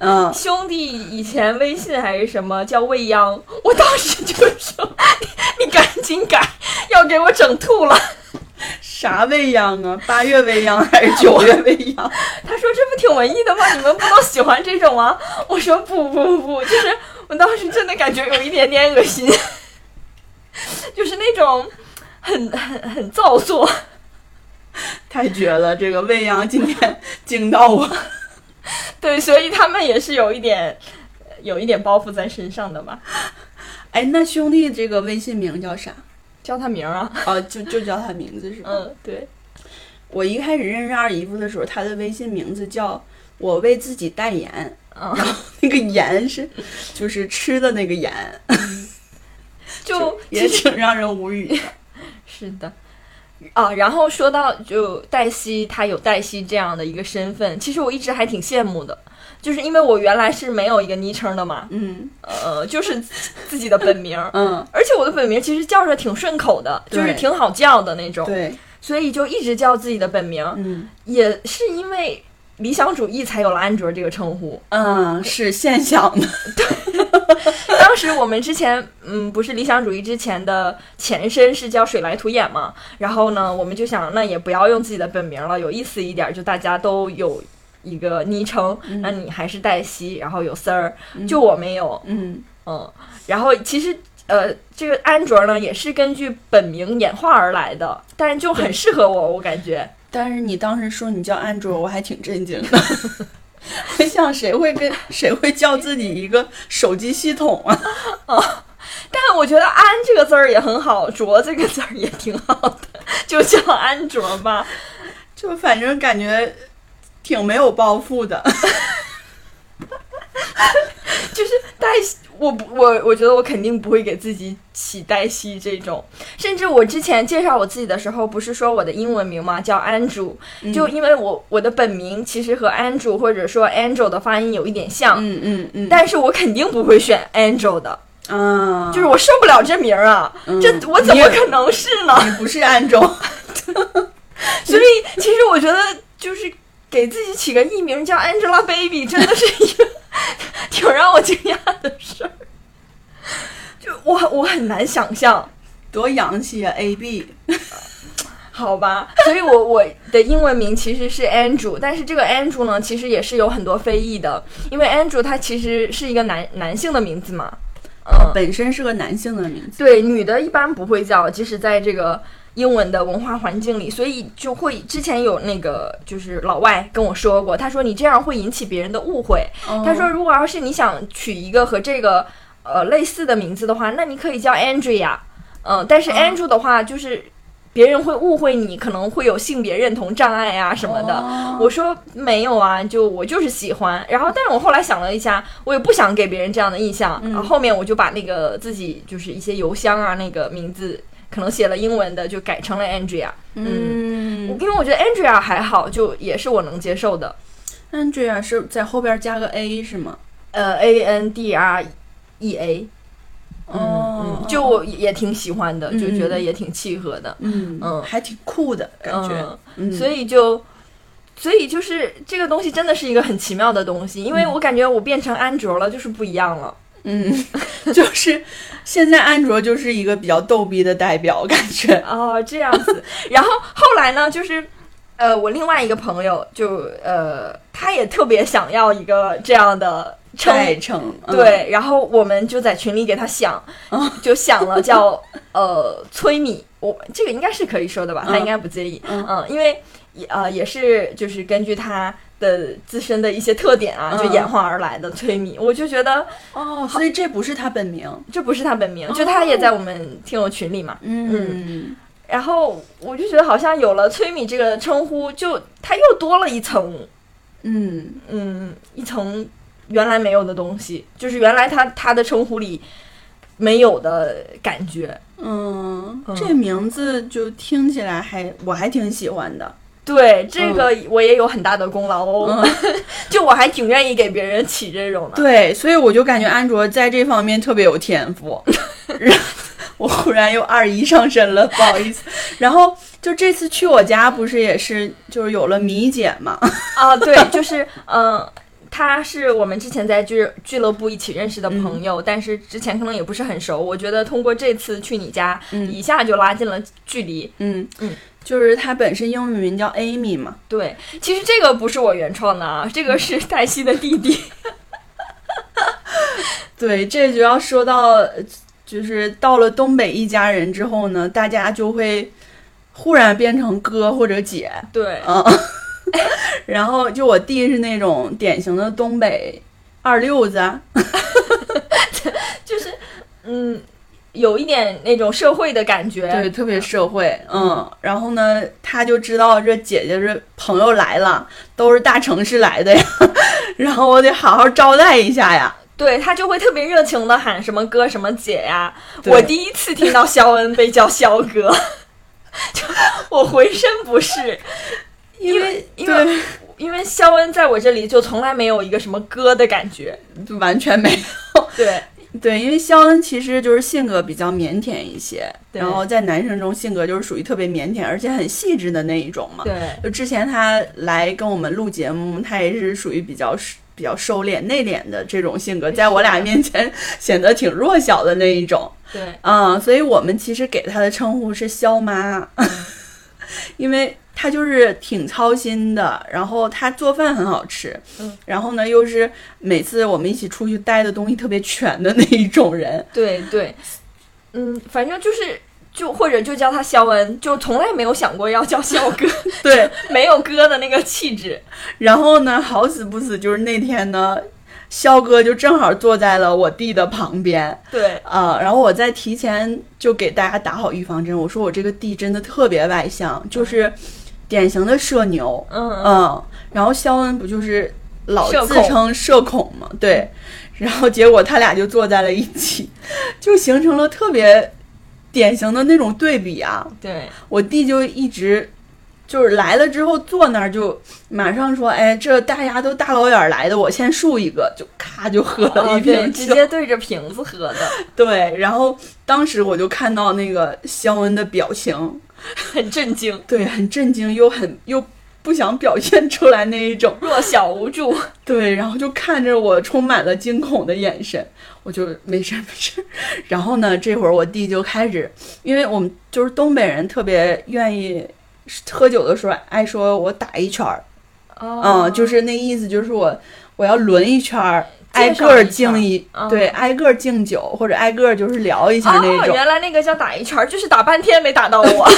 [SPEAKER 2] 嗯，
[SPEAKER 3] 兄弟以前微信还是什么叫未央，我当时就说你你赶紧改，要给我整吐了。
[SPEAKER 2] 啥未央啊？八月未央还是九月未央？ [laughs]
[SPEAKER 3] 他说这不挺文艺的吗？你们不都喜欢这种吗？我说不不不，就是我当时真的感觉有一点点恶心， [laughs] 就是那种很很很造作。
[SPEAKER 2] 太绝了！这个未央今天惊到我。 [laughs]
[SPEAKER 3] 对，所以他们也是有一点，有一点包袱在身上的吧。
[SPEAKER 2] 哎，那兄弟这个微信名叫啥？
[SPEAKER 3] 叫他名儿啊，
[SPEAKER 2] 哦，就就叫他名字是吧？
[SPEAKER 3] 嗯，对，
[SPEAKER 2] 我一开始认识二姨夫的时候，他的微信名字叫“我为自己代言
[SPEAKER 3] 嗯，”，
[SPEAKER 2] 那个“盐”是就是吃的那个“盐 [laughs]
[SPEAKER 3] 就”，
[SPEAKER 2] 也
[SPEAKER 3] 其实
[SPEAKER 2] 挺让人无语的。
[SPEAKER 3] 是的。啊，然后说到就黛西，她有黛西这样的一个身份，其实我一直还挺羡慕的，就是因为我原来是没有一个昵称的嘛，
[SPEAKER 2] 嗯
[SPEAKER 3] 呃，就是自己的本名儿，
[SPEAKER 2] [laughs] 嗯，
[SPEAKER 3] 而且我的本名其实叫着挺顺口的，
[SPEAKER 2] 对
[SPEAKER 3] 就是挺好叫的那种，
[SPEAKER 2] 对，
[SPEAKER 3] 所以就一直叫自己的本名儿，
[SPEAKER 2] 嗯
[SPEAKER 3] 也是因为理想主义才有了安卓这个称呼。
[SPEAKER 2] 嗯，是现想的。
[SPEAKER 3] 当时我们之前，嗯，不是理想主义之前的前身是叫水来土掩嘛，然后呢，我们就想，那也不要用自己的本名了，有意思一点，就大家都有一个昵称，那你还是黛西，然后有丝儿，就我没有，
[SPEAKER 2] 嗯，
[SPEAKER 3] 嗯，然后其实。呃，这个安卓呢也是根据本名演化而来的，但是就很适合我，我感觉。
[SPEAKER 2] 但是你当时说你叫安卓，我还挺震惊 [laughs] 的。我想谁会跟谁会叫自己一个手机系统啊？
[SPEAKER 3] 但我觉得“安”这个字儿也很好，“卓”这个字儿也挺好的，就叫安卓吧。
[SPEAKER 2] 就反正感觉挺没有包袱的。
[SPEAKER 3] 就是黛西，我不，我我觉得我肯定不会给自己起黛西这种。甚至我之前介绍我自己的时候，不是说我的英文名吗？叫 Andrew，就
[SPEAKER 2] 嗯
[SPEAKER 3] 因为我我的本名其实和 Andrew 或者说 Angel 的发音有一点像，
[SPEAKER 2] 嗯嗯嗯，
[SPEAKER 3] 但是我肯定不会选 Angel 的，
[SPEAKER 2] 啊，
[SPEAKER 3] 就是我受不了这名儿啊，
[SPEAKER 2] 嗯
[SPEAKER 3] 这我怎
[SPEAKER 2] 你
[SPEAKER 3] 么
[SPEAKER 2] 也
[SPEAKER 3] 可能是呢？
[SPEAKER 2] 你不是安卓，
[SPEAKER 3] [laughs] 所以其实我觉得就是给自己起个艺名叫 Angelababy，真的是一个 [laughs] 挺让我惊讶的事儿。就我我很难想象，
[SPEAKER 2] 多洋气啊！A B，
[SPEAKER 3] [laughs] 好吧？所以我我的英文名其实是 Andrew，但是这个 Andrew 呢，其实也是有很多非议的，因为 Andrew 他其实是一个男男性的名字嘛，嗯，
[SPEAKER 2] 本身是个男性的名字。
[SPEAKER 3] 对，女的一般不会叫，即使在这个英文的文化环境里，所以就会之前有那个就是老外跟我说过，他说你这样会引起别人的误会。他说如果要是你想取一个和这个呃类似的名字的话，那你可以叫 Andrea，嗯、但是
[SPEAKER 2] 哦
[SPEAKER 3] Andrew 的话就是。别人会误会你，可能会有性别认同障碍啊什么的。
[SPEAKER 2] 哦
[SPEAKER 3] 我说没有啊，就我就是喜欢。然后，但是我后来想了一下，我也不想给别人这样的印象。
[SPEAKER 2] 嗯
[SPEAKER 3] 然后后面我就把那个自己就是一些邮箱啊，那个名字可能写了英文的，就改成了 Andrea。
[SPEAKER 2] 嗯
[SPEAKER 3] 我因为我觉得 Andrea 还好，就也是我能接受的。
[SPEAKER 2] ，Andrea 是在后边加个 A 是吗？
[SPEAKER 3] 呃，A N D R E A，嗯，
[SPEAKER 2] 哦
[SPEAKER 3] 嗯，就我也挺喜欢的，
[SPEAKER 2] 嗯
[SPEAKER 3] 就觉得也挺契合的。
[SPEAKER 2] 嗯
[SPEAKER 3] 嗯
[SPEAKER 2] 还挺酷的感觉。
[SPEAKER 3] 嗯
[SPEAKER 2] 嗯
[SPEAKER 3] 所以就，所以就是这个东西真的是一个很奇妙的东西，因为我感觉我变成安卓了，就是不一样了。
[SPEAKER 2] 嗯，就是现在安卓就是一个比较逗逼的代表，感觉。
[SPEAKER 3] 哦，这样子。然后后来呢，就是呃，我另外一个朋友就呃，他也特别想要一个这样的 [laughs] 称
[SPEAKER 2] 代称，嗯，
[SPEAKER 3] 对，然后我们就在群里给他想，就想了
[SPEAKER 2] [laughs]
[SPEAKER 3] 叫呃催米，我这个应该是可以说的吧，他应该不介意，
[SPEAKER 2] 嗯
[SPEAKER 3] 嗯，因为也呃也是就是根据他的自身的一些特点啊，就
[SPEAKER 2] 嗯
[SPEAKER 3] 演化而来的催米，我就觉得
[SPEAKER 2] 哦，所以这不是他本名，
[SPEAKER 3] 这不是他本
[SPEAKER 2] 哦
[SPEAKER 3] 名，就他也在我们听友群里嘛，
[SPEAKER 2] 嗯，
[SPEAKER 3] 然后我就觉得好像有了催米这个称呼，就他又多了一层
[SPEAKER 2] 嗯，
[SPEAKER 3] 嗯一层原来没有的东西，就是原来他他的称呼里没有的感觉。
[SPEAKER 2] 嗯，
[SPEAKER 3] 嗯
[SPEAKER 2] 这名字就听起来还我还挺喜欢的，
[SPEAKER 3] 对这个
[SPEAKER 2] 嗯
[SPEAKER 3] 我也有很大的功劳哦， [laughs] 就我还挺愿意给别人起这种的。
[SPEAKER 2] 对，所以我就感觉安卓在这方面特别有天 [laughs] 赋。然我忽然又二一上身了，不好意思。然后就这次去我家，不是也是就是有了米姐嘛？
[SPEAKER 3] 啊，对，就是嗯。他是我们之前在俱俱乐部一起认识的朋
[SPEAKER 2] 嗯
[SPEAKER 3] 友，但是之前可能也不是很熟。我觉得通过这次去你家，
[SPEAKER 2] 嗯
[SPEAKER 3] 一下就拉近了距离。
[SPEAKER 2] 嗯
[SPEAKER 3] 嗯，
[SPEAKER 2] 就是她本身英文名叫 Amy 嘛。
[SPEAKER 3] 对，其实这个不是我原创的啊，
[SPEAKER 2] 嗯
[SPEAKER 3] 这个是黛西的弟弟。
[SPEAKER 2] 对，这就要说到，呃就是到了东北一家人之后呢，大家就会忽然变成哥或者姐，
[SPEAKER 3] 对，
[SPEAKER 2] [laughs] 嗯，然后就我弟是那种典型的东北二六子啊，
[SPEAKER 3] 就是嗯，有一点那种社会的感觉。
[SPEAKER 2] 对，特别社会，嗯，然后呢，他就知道这姐姐这朋友来了，都是大城市来的呀， [laughs] 然后我得好好招待一下呀。
[SPEAKER 3] 对他就会特别热情的喊什么哥什么姐呀、
[SPEAKER 2] 对
[SPEAKER 3] 我第一次听到肖恩被叫肖哥， [laughs] 就我浑身不适，因为因为
[SPEAKER 2] [laughs]
[SPEAKER 3] 因为肖恩在我这里就从来没有一个什么哥的感觉。
[SPEAKER 2] 对完全没
[SPEAKER 3] 对，
[SPEAKER 2] 对，因为肖恩其实就是性格比较腼腆一些，
[SPEAKER 3] 对
[SPEAKER 2] 然后在男生中性格就是属于特别腼腆，而且很细致的那一种嘛。
[SPEAKER 3] 对，
[SPEAKER 2] 就之前他来跟我们录节目，他也是属于比较比较收敛、内敛的这种性格，在我俩面前显得挺弱小的那一种。
[SPEAKER 3] 对，
[SPEAKER 2] 嗯，所以我们其实给他的称呼是肖妈，因为他就是挺操心的，然后他做饭很好吃，
[SPEAKER 3] 嗯
[SPEAKER 2] 然后呢又是每次我们一起出去带的东西特别全的那一种人，
[SPEAKER 3] 对，对，嗯，反正就是。就或者就叫他肖恩，就从来没有想过要叫肖哥， [laughs]
[SPEAKER 2] 对，
[SPEAKER 3] 没有哥的那个气质。
[SPEAKER 2] 然后呢好死不死就是那天呢，肖哥就正好坐在了我弟的旁边。
[SPEAKER 3] 对，
[SPEAKER 2] 啊、然后我在提前就给大家打好预防针，我说我这个弟真的特别外向，就是典型的社牛，
[SPEAKER 3] 嗯嗯
[SPEAKER 2] 嗯，然后肖恩不就是老
[SPEAKER 3] 社
[SPEAKER 2] 自
[SPEAKER 3] 恐嗯
[SPEAKER 2] 称社恐嘛？对， [laughs] 然后结果他俩就坐在了一起，就形成了特别典型的那种对比啊。
[SPEAKER 3] 对，
[SPEAKER 2] 我弟就一直就是来了之后坐那儿就马上说：“哎，这大家都大老远来的，我先竖一个。”就咔就喝了
[SPEAKER 3] 哦
[SPEAKER 2] 一
[SPEAKER 3] 对，
[SPEAKER 2] 瓶
[SPEAKER 3] 直
[SPEAKER 2] 酒。
[SPEAKER 3] 接对着瓶子喝的，
[SPEAKER 2] 对，然后当时我就看到那个肖恩的表情，
[SPEAKER 3] [laughs] 很震惊，
[SPEAKER 2] 对， [laughs] 很震惊又很又不想表现出来那一种。 [laughs]
[SPEAKER 3] 弱小无助。
[SPEAKER 2] 对，然后就看着我充满了惊恐的眼神，我就没事儿没事儿。 [laughs] 然后呢，这会儿我弟就开始，因为我们就是东北人，特别愿意喝酒的时候爱说我打一圈儿，
[SPEAKER 3] 哦
[SPEAKER 2] 嗯，就是那意思，就是我我要轮一圈儿，挨
[SPEAKER 3] 介绍
[SPEAKER 2] 个儿
[SPEAKER 3] 一圈
[SPEAKER 2] 敬
[SPEAKER 3] 儿
[SPEAKER 2] 一，
[SPEAKER 3] 嗯
[SPEAKER 2] 对，挨个儿敬酒或者挨个儿就是聊一下那
[SPEAKER 3] 哦，
[SPEAKER 2] 种，
[SPEAKER 3] 原来那个叫打一圈儿，就是打半天没打到 [laughs] 我，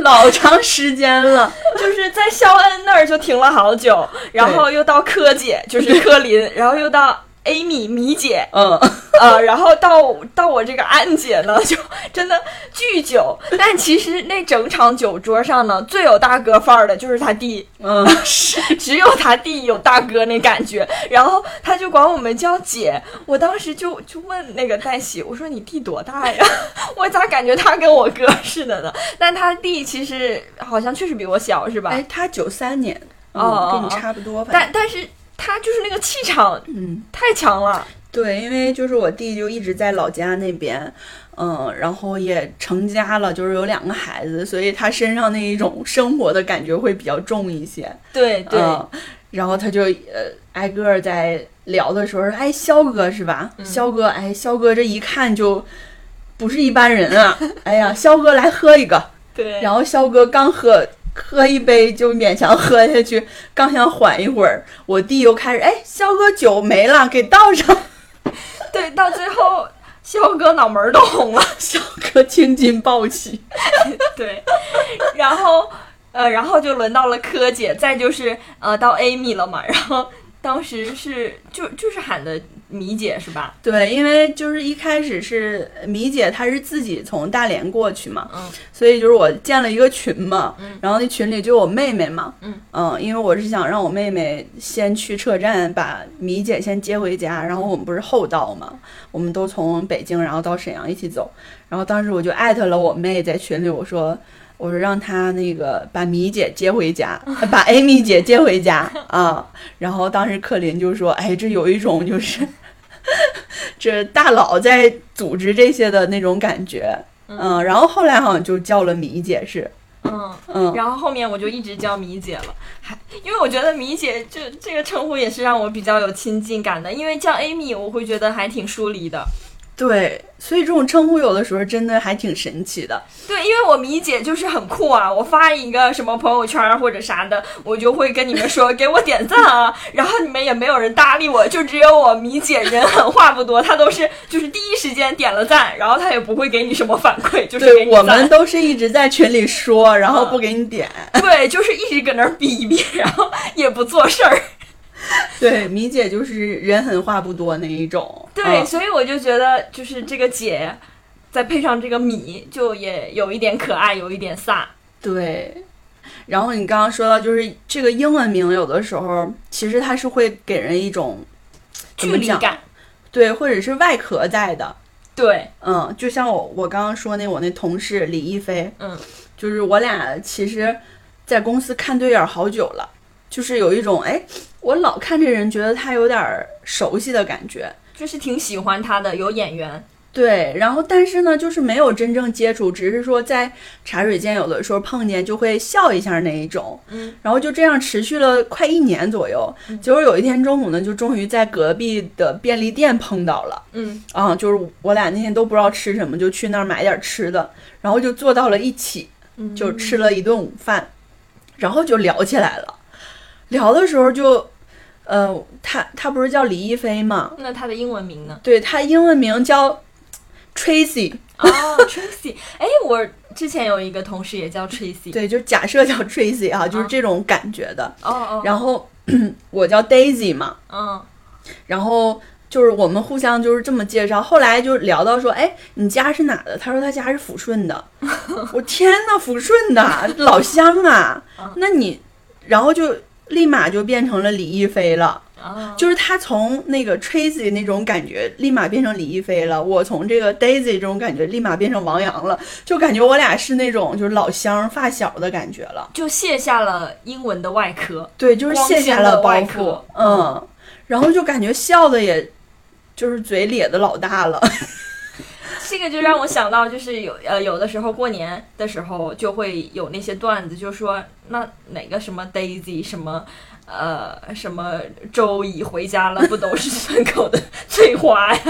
[SPEAKER 2] 老长时间了。
[SPEAKER 3] 就是在肖恩那儿就停了好久，然后又到柯姐，就是柯林，然后又到。Amy 米姐，
[SPEAKER 2] 嗯，
[SPEAKER 3] 呃，然后到到我这个安姐呢，就真的巨久。但其实那整场酒桌上呢，最有大哥范儿的就是他弟，
[SPEAKER 2] 嗯，
[SPEAKER 3] [laughs] 只有他弟有大哥那感觉，然后他就管我们叫姐。我当时就就问那个黛西，我说你弟多大呀？ [laughs] 我咋感觉他跟我哥似的呢？但他弟其实好像确实比我小，是吧？
[SPEAKER 2] 哎，他九三年，嗯
[SPEAKER 3] 哦
[SPEAKER 2] 跟
[SPEAKER 3] 哦
[SPEAKER 2] 你
[SPEAKER 3] 哦
[SPEAKER 2] 差不多，反正
[SPEAKER 3] 但但是他就是那个气场
[SPEAKER 2] 嗯。
[SPEAKER 3] 太强了，
[SPEAKER 2] 对，因为就是我弟就一直在老家那边，嗯，然后也成家了，就是有两个孩子，所以他身上那一种生活的感觉会比较重一些。
[SPEAKER 3] 对对、
[SPEAKER 2] 嗯，然后他就呃挨个儿在聊的时候，哎，肖哥是吧？肖哥，哎，肖哥这一看就不是一般人啊！哎呀，肖哥来喝一个。
[SPEAKER 3] 对，
[SPEAKER 2] 然后肖哥刚喝喝一杯就勉强喝下去，刚想缓一会儿，我弟又开始，哎，肖哥酒没了，给倒上。 [laughs]
[SPEAKER 3] 对，到最后肖哥脑门儿都红了。
[SPEAKER 2] 肖哥青筋暴起，
[SPEAKER 3] [laughs] 对，然后呃，然后就轮到了柯姐，再就是呃到 Amy 了嘛，然后当时是就就是喊的米姐是吧？
[SPEAKER 2] 对，因为就是一开始是米姐，她是自己从大连过去嘛，
[SPEAKER 3] 嗯
[SPEAKER 2] 所以就是我建了一个群嘛，
[SPEAKER 3] 嗯
[SPEAKER 2] 然后那群里就有我妹妹嘛，
[SPEAKER 3] 嗯
[SPEAKER 2] 因为我是想让我妹妹先去车站把米姐先接回家，然后我们不是后到嘛，我们都从北京然后到沈阳一起走，然后当时我就艾特了我妹在群里，我说。我说让她那个把米姐接回家，呃把 Amy 姐接回家啊。然后当时克林就说：“哎，这有一种就是这大佬在组织这些的那种感觉。”嗯，然后后来好像就叫了米姐是，
[SPEAKER 3] 嗯，
[SPEAKER 2] 嗯，
[SPEAKER 3] 然后后面我就一直叫米姐了，还因为我觉得米姐这这个称呼也是让我比较有亲近感的，因为叫 Amy 我会觉得还挺疏离的。
[SPEAKER 2] 对，所以这种称呼有的时候真的还挺神奇的。
[SPEAKER 3] 对，因为我米姐就是很酷啊，我发一个什么朋友圈或者啥的，我就会跟你们说给我点赞啊， [laughs] 然后你们也没有人搭理我，就只有我米姐人狠话不多，她都是就是第一时间点了赞，然后她也不会给你什么反
[SPEAKER 2] [laughs]
[SPEAKER 3] 馈，就是给
[SPEAKER 2] 对，
[SPEAKER 3] 你
[SPEAKER 2] 我
[SPEAKER 3] 赞
[SPEAKER 2] 们都是一直在群里说，然后不给你
[SPEAKER 3] [laughs]
[SPEAKER 2] 点。
[SPEAKER 3] 对就是一直搁那儿逼一逼，然后也不做事
[SPEAKER 2] [laughs]
[SPEAKER 3] 儿。
[SPEAKER 2] 对，米姐就是人狠话不多那一种。
[SPEAKER 3] 对，
[SPEAKER 2] 嗯
[SPEAKER 3] 所以我就觉得就是这个姐，再配上这个米，就也有一点可爱，有一点飒。
[SPEAKER 2] 对。然后你刚刚说到，就是这个英文名有的时候其实它是会给人一种怎
[SPEAKER 3] 距
[SPEAKER 2] 么
[SPEAKER 3] 离
[SPEAKER 2] 讲
[SPEAKER 3] 感。
[SPEAKER 2] 对，或者是外壳在的。
[SPEAKER 3] 对，
[SPEAKER 2] 嗯，就像我我刚刚说那我那同事李一飞，
[SPEAKER 3] 嗯，
[SPEAKER 2] 就是我俩其实，在公司看对眼儿好久了，就是有一种哎，我老看这人，觉得他有点儿熟悉的感觉。
[SPEAKER 3] 就是挺喜欢她的，有眼缘。
[SPEAKER 2] 对，然后但是呢，就是没有真正接触，只是说在茶水间有的时候碰见就会笑一下那一种，
[SPEAKER 3] 嗯，
[SPEAKER 2] 然后就这样持续了快一年左右，结果有一天中午呢，就终于在隔壁的便利店碰到了。
[SPEAKER 3] 嗯
[SPEAKER 2] 啊，就是我俩那天都不知道吃什么，就去那儿买点儿吃的，然后就坐到了一起，
[SPEAKER 3] 嗯，
[SPEAKER 2] 就吃了一顿午饭，然后就聊起来了。聊的时候就，呃，他他不是叫李一飞吗？
[SPEAKER 3] 那她的英文名呢？
[SPEAKER 2] 对他英文名叫 Tracy，
[SPEAKER 3] 哦，Tracy。哎，我之前有一个同事也叫 Tracy。
[SPEAKER 2] 对，就假设叫 Tracy 啊，就是
[SPEAKER 3] 啊
[SPEAKER 2] 这种感觉的。
[SPEAKER 3] 哦哦，
[SPEAKER 2] 然后 [clears throat] 我叫 Daisy 嘛，
[SPEAKER 3] 嗯
[SPEAKER 2] 然后就是我们互相就是这么介绍，后来就聊到说，哎，你家是哪的？他说他家是抚顺的。 [laughs] 我天呐，抚顺的老乡啊
[SPEAKER 3] 嗯！
[SPEAKER 2] 那你，然后就立马就变成了李一飞了，
[SPEAKER 3] 啊，
[SPEAKER 2] 就是他从那个 Tracy 那种感觉立马变成李一飞了，我从这个 Daisy 这种感觉立马变成王阳了，就感觉我俩是那种就是老乡发小的感觉了。
[SPEAKER 3] 就卸下了英文的外壳。
[SPEAKER 2] 对，就是卸下了包
[SPEAKER 3] 光鲜的
[SPEAKER 2] 袱
[SPEAKER 3] 外，壳
[SPEAKER 2] 嗯，然后就感觉笑的也，就是嘴咧的老大
[SPEAKER 3] [laughs]
[SPEAKER 2] 了，
[SPEAKER 3] 这个就让我想到，就是有呃，有的时候过年的时候就会有那些段子，就说那哪个什么 Daisy 什么。呃，什么周乙回家了，不都是村口的翠花呀？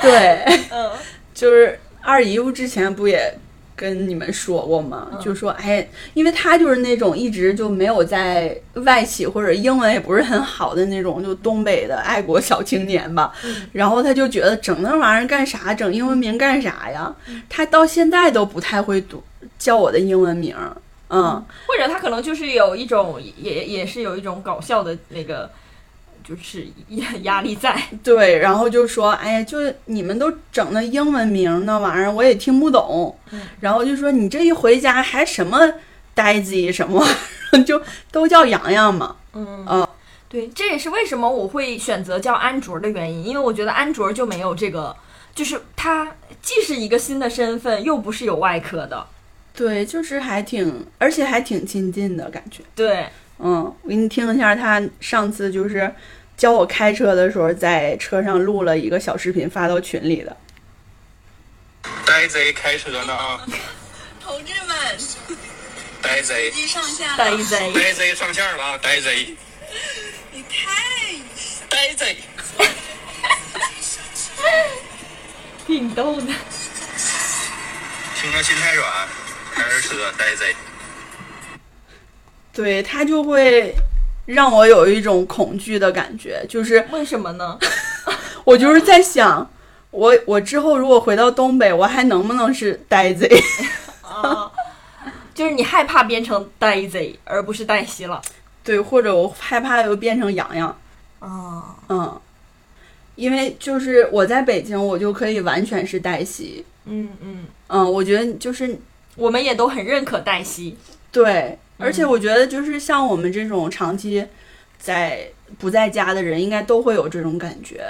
[SPEAKER 2] 对，
[SPEAKER 3] [laughs] 嗯，
[SPEAKER 2] 就是二姨夫之前不也跟你们说过吗？
[SPEAKER 3] 嗯
[SPEAKER 2] 就说哎，因为他就是那种一直就没有在外企或者英文也不是很好的那种，就东北的爱国小青年吧，
[SPEAKER 3] 嗯
[SPEAKER 2] 然后他就觉得整那玩意儿干啥，整英文名干啥呀？
[SPEAKER 3] 嗯
[SPEAKER 2] 他到现在都不太会读叫我的英文名儿，嗯
[SPEAKER 3] 或者他可能就是有一种，也也是有一种搞笑的那个，就是压压力在。
[SPEAKER 2] 对，然后就说，哎呀，就是你们都整那英文名儿那玩意儿，我也听不懂。
[SPEAKER 3] 嗯
[SPEAKER 2] 然后就说你这一回家还什么呆鸡什么玩意儿，就都叫洋洋嘛。
[SPEAKER 3] 嗯
[SPEAKER 2] 啊
[SPEAKER 3] 对，这也是为什么我会选择叫安卓的原因，因为我觉得安卓就没有这个，就是它既是一个新的身份，又不是有外壳的。
[SPEAKER 2] 对，就是还挺，而且还挺亲近的感觉。
[SPEAKER 3] 对，
[SPEAKER 2] 嗯，我给你听一下，他上次就是教我开车的时候，在车上录了一个小视频发到群里的。
[SPEAKER 4] 呆贼开车呢啊！
[SPEAKER 5] 同志们，
[SPEAKER 4] 呆贼，
[SPEAKER 5] 机上下
[SPEAKER 3] 呆
[SPEAKER 5] 了，
[SPEAKER 3] 贼，
[SPEAKER 4] 呆贼上线了啊！呆贼，
[SPEAKER 5] 你太
[SPEAKER 4] 呆贼，
[SPEAKER 3] 挺逗的。
[SPEAKER 4] 听着心太软，开着车，呆贼。
[SPEAKER 2] 对他就会让我有一种恐惧的感觉，就是
[SPEAKER 3] 为什么呢？
[SPEAKER 2] 我就是在想，我我之后如果回到东北，我还能不能是呆贼？ [laughs]
[SPEAKER 3] 啊，就是你害怕变成呆贼，而不是黛西了。
[SPEAKER 2] 对，或者我害怕又变成洋洋，
[SPEAKER 3] 啊，
[SPEAKER 2] 嗯，因为就是我在北京，我就可以完全是黛西，
[SPEAKER 3] 嗯嗯，
[SPEAKER 2] 嗯，我觉得就是
[SPEAKER 3] 我们也都很认可黛西。
[SPEAKER 2] 对，而且我觉得就是像我们这种长期在不在家的人，应该都会有这种感觉，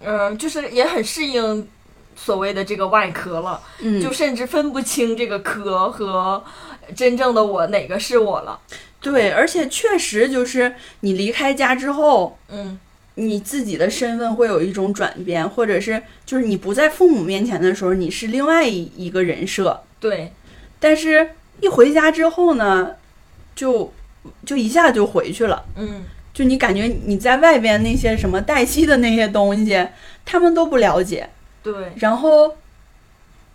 [SPEAKER 3] 嗯、就是也很适应所谓的这个外壳了，
[SPEAKER 2] 嗯，
[SPEAKER 3] 就甚至分不清这个壳和真正的我哪个是我了。
[SPEAKER 2] 对，而且确实就是你离开家之后，
[SPEAKER 3] 嗯
[SPEAKER 2] 你自己的身份会有一种转变，或者是就是你不在父母面前的时候，你是另外一一个人设，，
[SPEAKER 3] 对，
[SPEAKER 2] 但是一回家之后呢，就就一下就回去了。
[SPEAKER 3] 嗯
[SPEAKER 2] 就你感觉你在外边那些什么黛西的那些东西，他们都不了解。
[SPEAKER 3] 对，
[SPEAKER 2] 然后，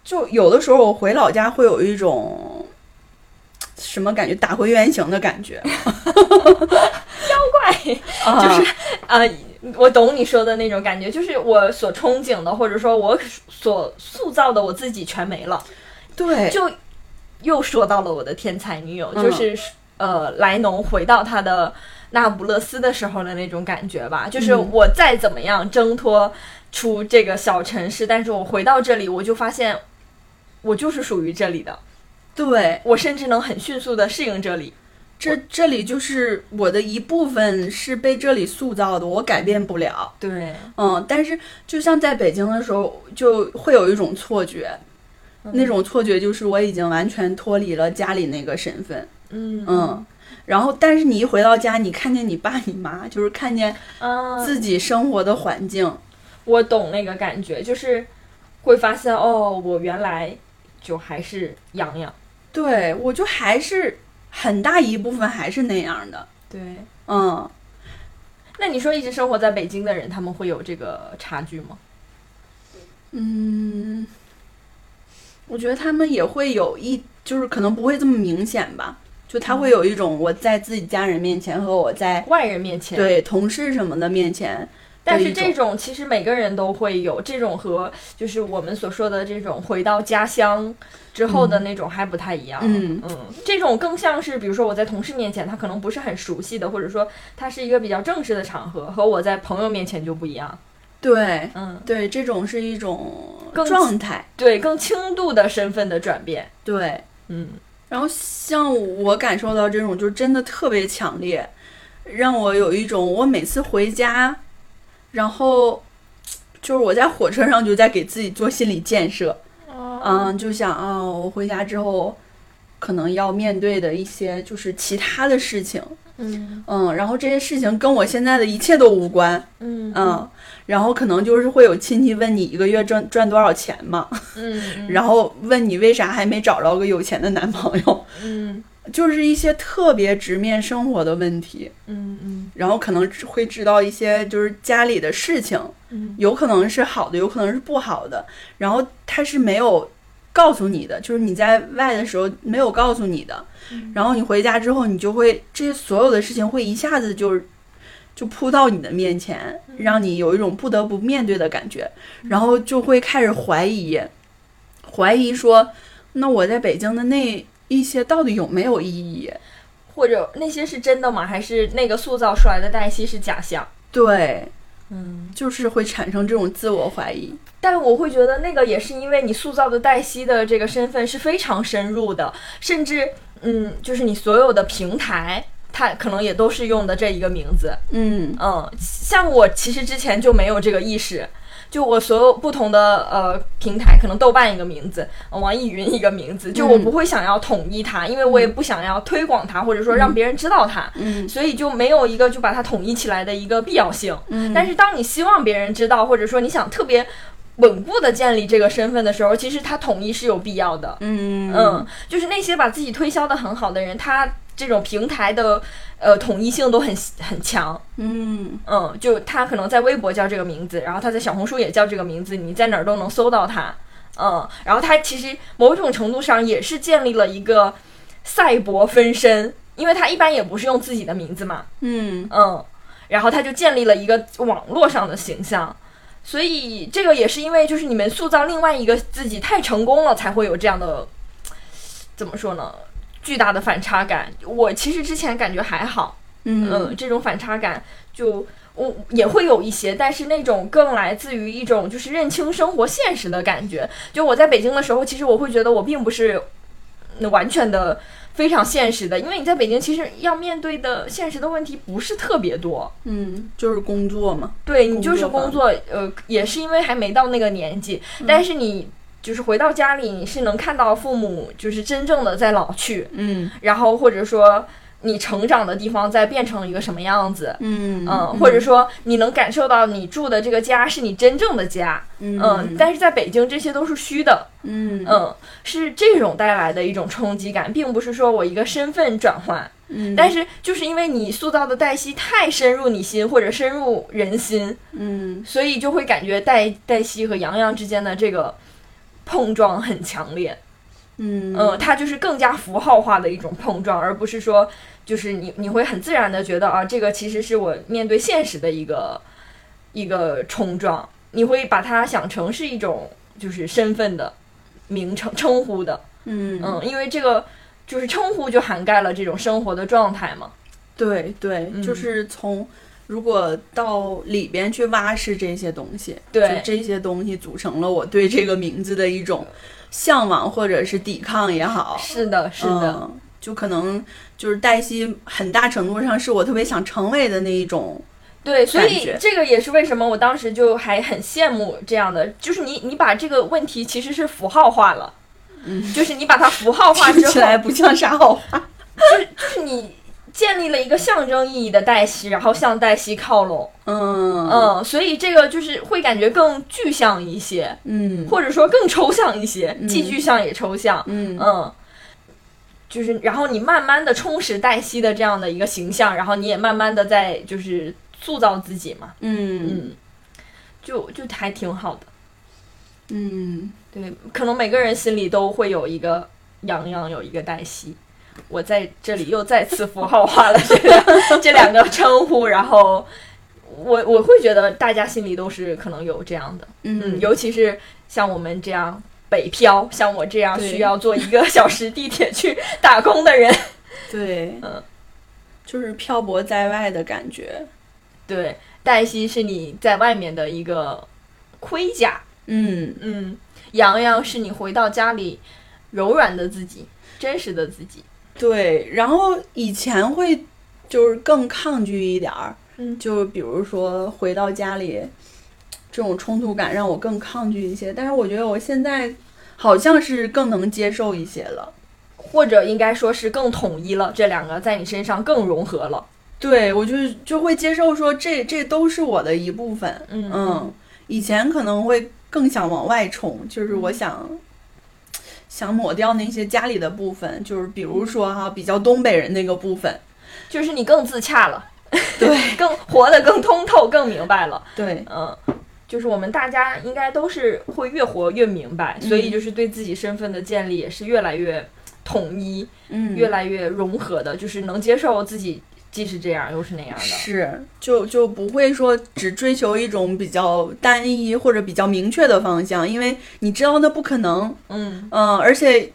[SPEAKER 2] 就有的时候我回老家会有一种什么感觉，打回原形的感觉， [laughs]
[SPEAKER 3] 怪。
[SPEAKER 2] 啊
[SPEAKER 3] 就是啊，我懂你说的那种感觉，就是我所憧憬的，或者说我所塑造的我自己全没了，
[SPEAKER 2] 对，
[SPEAKER 3] 就又说到了我的天才女友，
[SPEAKER 2] 嗯
[SPEAKER 3] 就是、呃，莱农回到他的那不勒斯的时候的那种感觉吧，就是
[SPEAKER 2] 嗯
[SPEAKER 3] 我再怎么样挣脱出这个小城市，但是我回到这里，我就发现我就是属于这里的，
[SPEAKER 2] 对，
[SPEAKER 3] 我甚至能很迅速的适应这里。
[SPEAKER 2] 这这里就是我的一部分是被这里塑造的，我改变不了。
[SPEAKER 3] 对，
[SPEAKER 2] 嗯，但是就像在北京的时候，就会有一种错觉，那种错觉就是我已经完全脱离了家里那个身份，
[SPEAKER 3] 嗯
[SPEAKER 2] 嗯。然后，但是你一回到家，你看见你爸你妈，就是看见
[SPEAKER 3] 啊
[SPEAKER 2] 自己生活的环境，
[SPEAKER 3] 我懂那个感觉，就是会发现哦，我原来就还是洋洋。
[SPEAKER 2] 对我就还是很大一部分还是那样的，
[SPEAKER 3] 对，
[SPEAKER 2] 嗯，
[SPEAKER 3] 那你说一直生活在北京的人，他们会有这个差距吗？
[SPEAKER 2] 嗯，我觉得他们也会有一，就是可能不会这么明显吧，就他会有一种我在自己家人面前和我在
[SPEAKER 3] 外人面前，，
[SPEAKER 2] 对同事什么的面前，
[SPEAKER 3] 但
[SPEAKER 2] 的
[SPEAKER 3] 是
[SPEAKER 2] 一种
[SPEAKER 3] 这种其实每个人都会有这种和就是我们所说的这种回到家乡之后的那种还不太一样。
[SPEAKER 2] 嗯
[SPEAKER 3] 这种更像是比如说我在同事面前，他可能不是很熟悉的，或者说他是一个比较正式的场合，和我在朋友面前就不一样。
[SPEAKER 2] 对
[SPEAKER 3] 嗯，
[SPEAKER 2] 对，这种是一种
[SPEAKER 3] 更
[SPEAKER 2] 状态，
[SPEAKER 3] 对，更轻度的身份的转变。
[SPEAKER 2] 对。
[SPEAKER 3] 嗯。
[SPEAKER 2] 然后像我感受到这种，就真的特别强烈，让我有一种我每次回家，然后就是我在火车上就在给自己做心理建设，嗯，就想啊、我回家之后可能要面对的一些就是其他的事情，
[SPEAKER 3] 嗯
[SPEAKER 2] 嗯，然后这些事情跟我现在的一切都无关，
[SPEAKER 3] 嗯
[SPEAKER 2] 嗯，然后可能就是会有亲戚问你一个月赚赚多少钱嘛，
[SPEAKER 3] 嗯，
[SPEAKER 2] 然后问你为啥还没找着个有钱的男朋友， [laughs]
[SPEAKER 3] 嗯
[SPEAKER 2] 就是一些特别直面生活的问题，
[SPEAKER 3] 嗯嗯
[SPEAKER 2] 然后可能会知道一些就是家里的事情，
[SPEAKER 3] 嗯
[SPEAKER 2] 有可能是好的，有可能是不好的，然后他是没有告诉你的，就是你在外的时候没有告诉你的，然后你回家之后，你就会这些所有的事情会一下子就就扑到你的面前，让你有一种不得不面对的感觉，然后就会开始怀疑，怀疑说，那我在北京的那一些到底有没有意义？
[SPEAKER 3] 或者那些是真的吗？还是那个塑造出来的黛西是假象？
[SPEAKER 2] 对，
[SPEAKER 3] 嗯，
[SPEAKER 2] 就是会产生这种自我怀疑。
[SPEAKER 3] 但我会觉得那个也是因为你塑造的黛西的这个身份是非常深入的，甚至嗯，就是你所有的平台，它可能也都是用的这一个名字。
[SPEAKER 2] 嗯
[SPEAKER 3] 嗯，像我其实之前就没有这个意识，就我所有不同的呃平台，可能豆瓣一个名字，呃网易云一个名
[SPEAKER 2] 嗯
[SPEAKER 3] 字，就我不会想要统一它，因为我也不想要推广它，或者说让别人知道它，
[SPEAKER 2] 嗯
[SPEAKER 3] 所以就没有一个就把它统一起来的一个必要性。
[SPEAKER 2] 嗯
[SPEAKER 3] 但是当你希望别人知道，或者说你想特别稳固的建立这个身份的时候，其实它统一是有必要的。
[SPEAKER 2] 嗯
[SPEAKER 3] 嗯，就是那些把自己推销的很好的人，他这种平台的呃统一性都很很强。
[SPEAKER 2] 嗯
[SPEAKER 3] 嗯，就他可能在微博叫这个名字，然后他在小红书也叫这个名字，你在哪儿都能搜到他。嗯，然后他其实某种程度上也是建立了一个赛博分身，因为他一般也不是用自己的名字嘛，
[SPEAKER 2] 嗯，
[SPEAKER 3] 嗯，然后他就建立了一个网络上的形象，所以这个也是因为就是你们塑造另外一个自己太成功了，才会有这样的怎么说呢？巨大的反差感。我其实之前感觉还好，
[SPEAKER 2] 嗯
[SPEAKER 3] 嗯，这种反差感就我也会有一些，但是那种更来自于一种就是认清生活现实的感觉。就我在北京的时候，其实我会觉得我并不是嗯完全的非常现实的，因为你在北京其实要面对的现实的问题不是特别多。
[SPEAKER 2] 嗯，就是工作嘛，
[SPEAKER 3] 对你
[SPEAKER 2] 工
[SPEAKER 3] 就是
[SPEAKER 2] 作
[SPEAKER 3] 工
[SPEAKER 2] 方
[SPEAKER 3] 作，呃，也是因为还没到那个年纪，但是你就是回到家里，你是能看到父母就是真正的在老去，
[SPEAKER 2] 嗯
[SPEAKER 3] 然后或者说你成长的地方在变成一个什么样子，
[SPEAKER 2] 嗯
[SPEAKER 3] 嗯，或者说你能感受到你住的这个家是你真正的家，
[SPEAKER 2] 嗯
[SPEAKER 3] 嗯，但是在北京这些都是虚的，
[SPEAKER 2] 嗯
[SPEAKER 3] 嗯，是这种带来的一种冲击感，并不是说我一个身份转换，
[SPEAKER 2] 嗯，
[SPEAKER 3] 但是就是因为你塑造的黛西太深入你心或者深入人心，
[SPEAKER 2] 嗯
[SPEAKER 3] 所以就会感觉黛黛西和杨洋之间的这个碰撞很强烈，
[SPEAKER 2] 嗯
[SPEAKER 3] 嗯，它就是更加符号化的一种碰撞，而不是说就是你你会很自然的觉得啊，这个其实是我面对现实的一个一个冲撞，你会把它想成是一种就是身份的名称称呼的，
[SPEAKER 2] 嗯
[SPEAKER 3] 嗯，因为这个就是称呼就涵盖了这种生活的状态嘛，
[SPEAKER 2] 对对，
[SPEAKER 3] 嗯
[SPEAKER 2] 就是从如果到里边去挖是这些东西，
[SPEAKER 3] 对
[SPEAKER 2] 就这些东西组成了我对这个名字的一种向往或者是抵抗也好，
[SPEAKER 3] 是的，是的，
[SPEAKER 2] 嗯就可能就是黛西，很大程度上是我特别想成为的那一种。
[SPEAKER 3] 对，所
[SPEAKER 2] 感
[SPEAKER 3] 以
[SPEAKER 2] 觉
[SPEAKER 3] 这个也是为什么我当时就还很羡慕这样的，就是你你把这个问题其实是符号化了。嗯，就是你把它符号化之
[SPEAKER 2] [laughs] 听
[SPEAKER 3] 后，
[SPEAKER 2] 起来不像啥好话。
[SPEAKER 3] 就是你建立了一个象征意义的黛西，然后向黛西靠拢，
[SPEAKER 2] 嗯
[SPEAKER 3] 嗯，所以这个就是会感觉更具象一些，
[SPEAKER 2] 嗯
[SPEAKER 3] 或者说更抽象一些，
[SPEAKER 2] 嗯
[SPEAKER 3] 既具象也抽象，
[SPEAKER 2] 嗯
[SPEAKER 3] 嗯。就是，然后你慢慢的充实黛西的这样的一个形象，然后你也慢慢的在就是塑造自己嘛，
[SPEAKER 2] 嗯
[SPEAKER 3] 嗯，就就还挺好的。
[SPEAKER 2] 嗯，
[SPEAKER 3] 对，可能每个人心里都会有一个洋洋，有一个黛西。我在这里又再次符号化了这个这两个称呼，然后我我会觉得大家心里都是可能有这样的，嗯，
[SPEAKER 2] 嗯
[SPEAKER 3] 尤其是像我们这样北漂，像我这样
[SPEAKER 2] 对
[SPEAKER 3] 需要坐一个小时地铁去打工的人， [laughs]
[SPEAKER 2] 对，
[SPEAKER 3] 嗯
[SPEAKER 2] 就是漂泊在外的感觉。
[SPEAKER 3] 对，黛西是你在外面的一个盔甲，
[SPEAKER 2] 嗯，
[SPEAKER 3] 嗯，洋洋是你回到家里柔软的自己，真实的自己，
[SPEAKER 2] 对，然后以前会就是更抗拒一点儿，
[SPEAKER 3] 嗯
[SPEAKER 2] 就比如说回到家里，这种冲突感让我更抗拒一些。但是我觉得我现在好像是更能接受一些了。
[SPEAKER 3] 或者应该说是更统一了，这两个在你身上更融合了。
[SPEAKER 2] 对我就是就会接受说这这都是我的一部分。
[SPEAKER 3] 嗯
[SPEAKER 2] 嗯，以前可能会更想往外冲，就是
[SPEAKER 3] 嗯
[SPEAKER 2] 我想。想抹掉那些家里的部分，就是比如说哈、比较东北人那个部
[SPEAKER 3] [laughs]
[SPEAKER 2] 分，
[SPEAKER 3] 就是你更自洽了，
[SPEAKER 2] 对
[SPEAKER 3] 更活得更通透，更明白了。 [laughs]
[SPEAKER 2] 对，
[SPEAKER 3] 嗯，就是我们大家应该都是会越活越明白，所以就是对自己身份的建立也是越来越统一，
[SPEAKER 2] 嗯，
[SPEAKER 3] 越来越融合的，就是能接受自己既是这样又是那样的。
[SPEAKER 2] 是，就就不会说只追求一种比较单一或者比较明确的方向，因为你知道那不可能，
[SPEAKER 3] 嗯，
[SPEAKER 2] 嗯，而且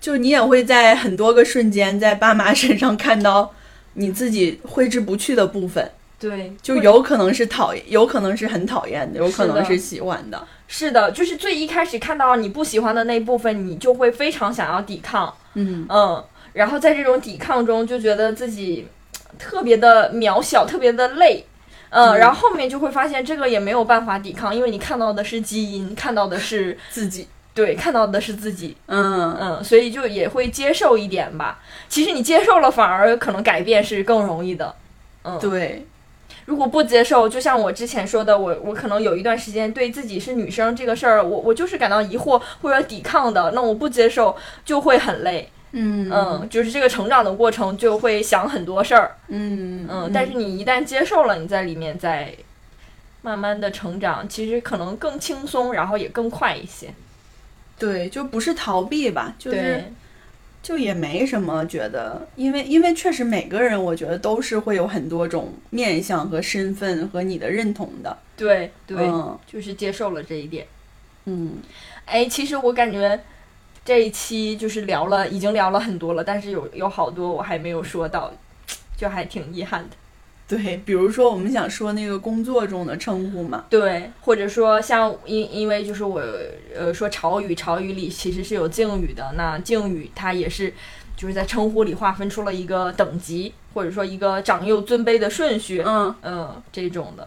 [SPEAKER 2] 就你也会在很多个瞬间在爸妈身上看到你自己挥之不去的部分，
[SPEAKER 3] 对，
[SPEAKER 2] 就有可能是讨厌，有可能是很讨厌的，有可
[SPEAKER 3] 是的
[SPEAKER 2] 能是喜欢的，
[SPEAKER 3] 是的，就是最一开始看到你不喜欢的那部分，你就会非常想要抵抗。
[SPEAKER 2] 嗯
[SPEAKER 3] 嗯，然后在这种抵抗中，就觉得自己呃特别的渺小，特别的累。嗯，
[SPEAKER 2] 嗯
[SPEAKER 3] 然后后面就会发现这个也没有办法抵抗，因为你看到的是基因，看到的是
[SPEAKER 2] 自己，
[SPEAKER 3] 对，看到的是自己，
[SPEAKER 2] 嗯
[SPEAKER 3] 嗯，所以就也会接受一点吧。其实你接受了，反而可能改变是更容易的。嗯，
[SPEAKER 2] 对，
[SPEAKER 3] 如果不接受，就像我之前说的，我我可能有一段时间对自己是女生这个事儿，我我就是感到疑惑或者抵抗的，那我不接受就会很累。
[SPEAKER 2] 嗯
[SPEAKER 3] 嗯，就是这个成长的过程就会想很多事儿，
[SPEAKER 2] 嗯
[SPEAKER 3] 嗯，但是你一旦接受了，你在里面再慢慢的成长，其实可能更轻松，然后也更快一些。
[SPEAKER 2] 对，就不是逃避吧，就是。
[SPEAKER 3] 对，
[SPEAKER 2] 就也没什么觉得，因为因为确实每个人，我觉得都是会有很多种面相和身份和你的认同的。
[SPEAKER 3] 对对，
[SPEAKER 2] 嗯
[SPEAKER 3] 就是接受了这一点。
[SPEAKER 2] 嗯，
[SPEAKER 3] 哎，其实我感觉这一期就是聊了，已经聊了很多了，但是有有好多我还没有说到，就还挺遗憾的。
[SPEAKER 2] 对，比如说我们想说那个工作中的称呼嘛，
[SPEAKER 3] 对，或者说像因因为就是我呃说潮语，潮语里其实是有敬语的，那敬语它也是就是在称呼里划分出了一个等级，或者说一个长幼尊卑的顺序，
[SPEAKER 2] 嗯
[SPEAKER 3] 嗯，这种的。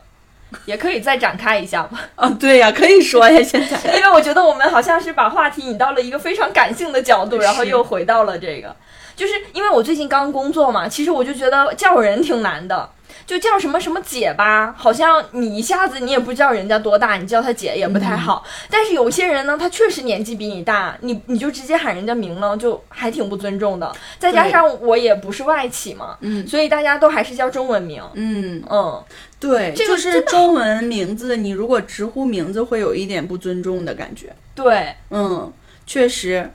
[SPEAKER 3] 也可以再展开一下吧，
[SPEAKER 2] 啊，对呀、可以说呀，现在。
[SPEAKER 3] 因为我觉得我们好像是把话题引到了一个非常感性的角度，然后
[SPEAKER 2] 是
[SPEAKER 3] 又回到了这个，就是因为我最近刚工作嘛，其实我就觉得叫人挺难的，就叫什么什么姐吧，好像你一下子你也不知道人家多大，你叫她姐也不太好。
[SPEAKER 2] 嗯
[SPEAKER 3] 但是有些人呢，他确实年纪比你大，你你就直接喊人家名了，就还挺不尊重的。再加
[SPEAKER 2] 对
[SPEAKER 3] 上我也不是外企嘛，
[SPEAKER 2] 嗯
[SPEAKER 3] 所以大家都还是叫中文名。
[SPEAKER 2] 嗯，
[SPEAKER 3] [laughs] 嗯，
[SPEAKER 2] 对，
[SPEAKER 3] 这个
[SPEAKER 2] 就
[SPEAKER 3] 真
[SPEAKER 2] 是
[SPEAKER 3] 的
[SPEAKER 2] 中文名字，你如果直呼名字，会有一点不尊重的感觉。
[SPEAKER 3] 对
[SPEAKER 2] 嗯，确实，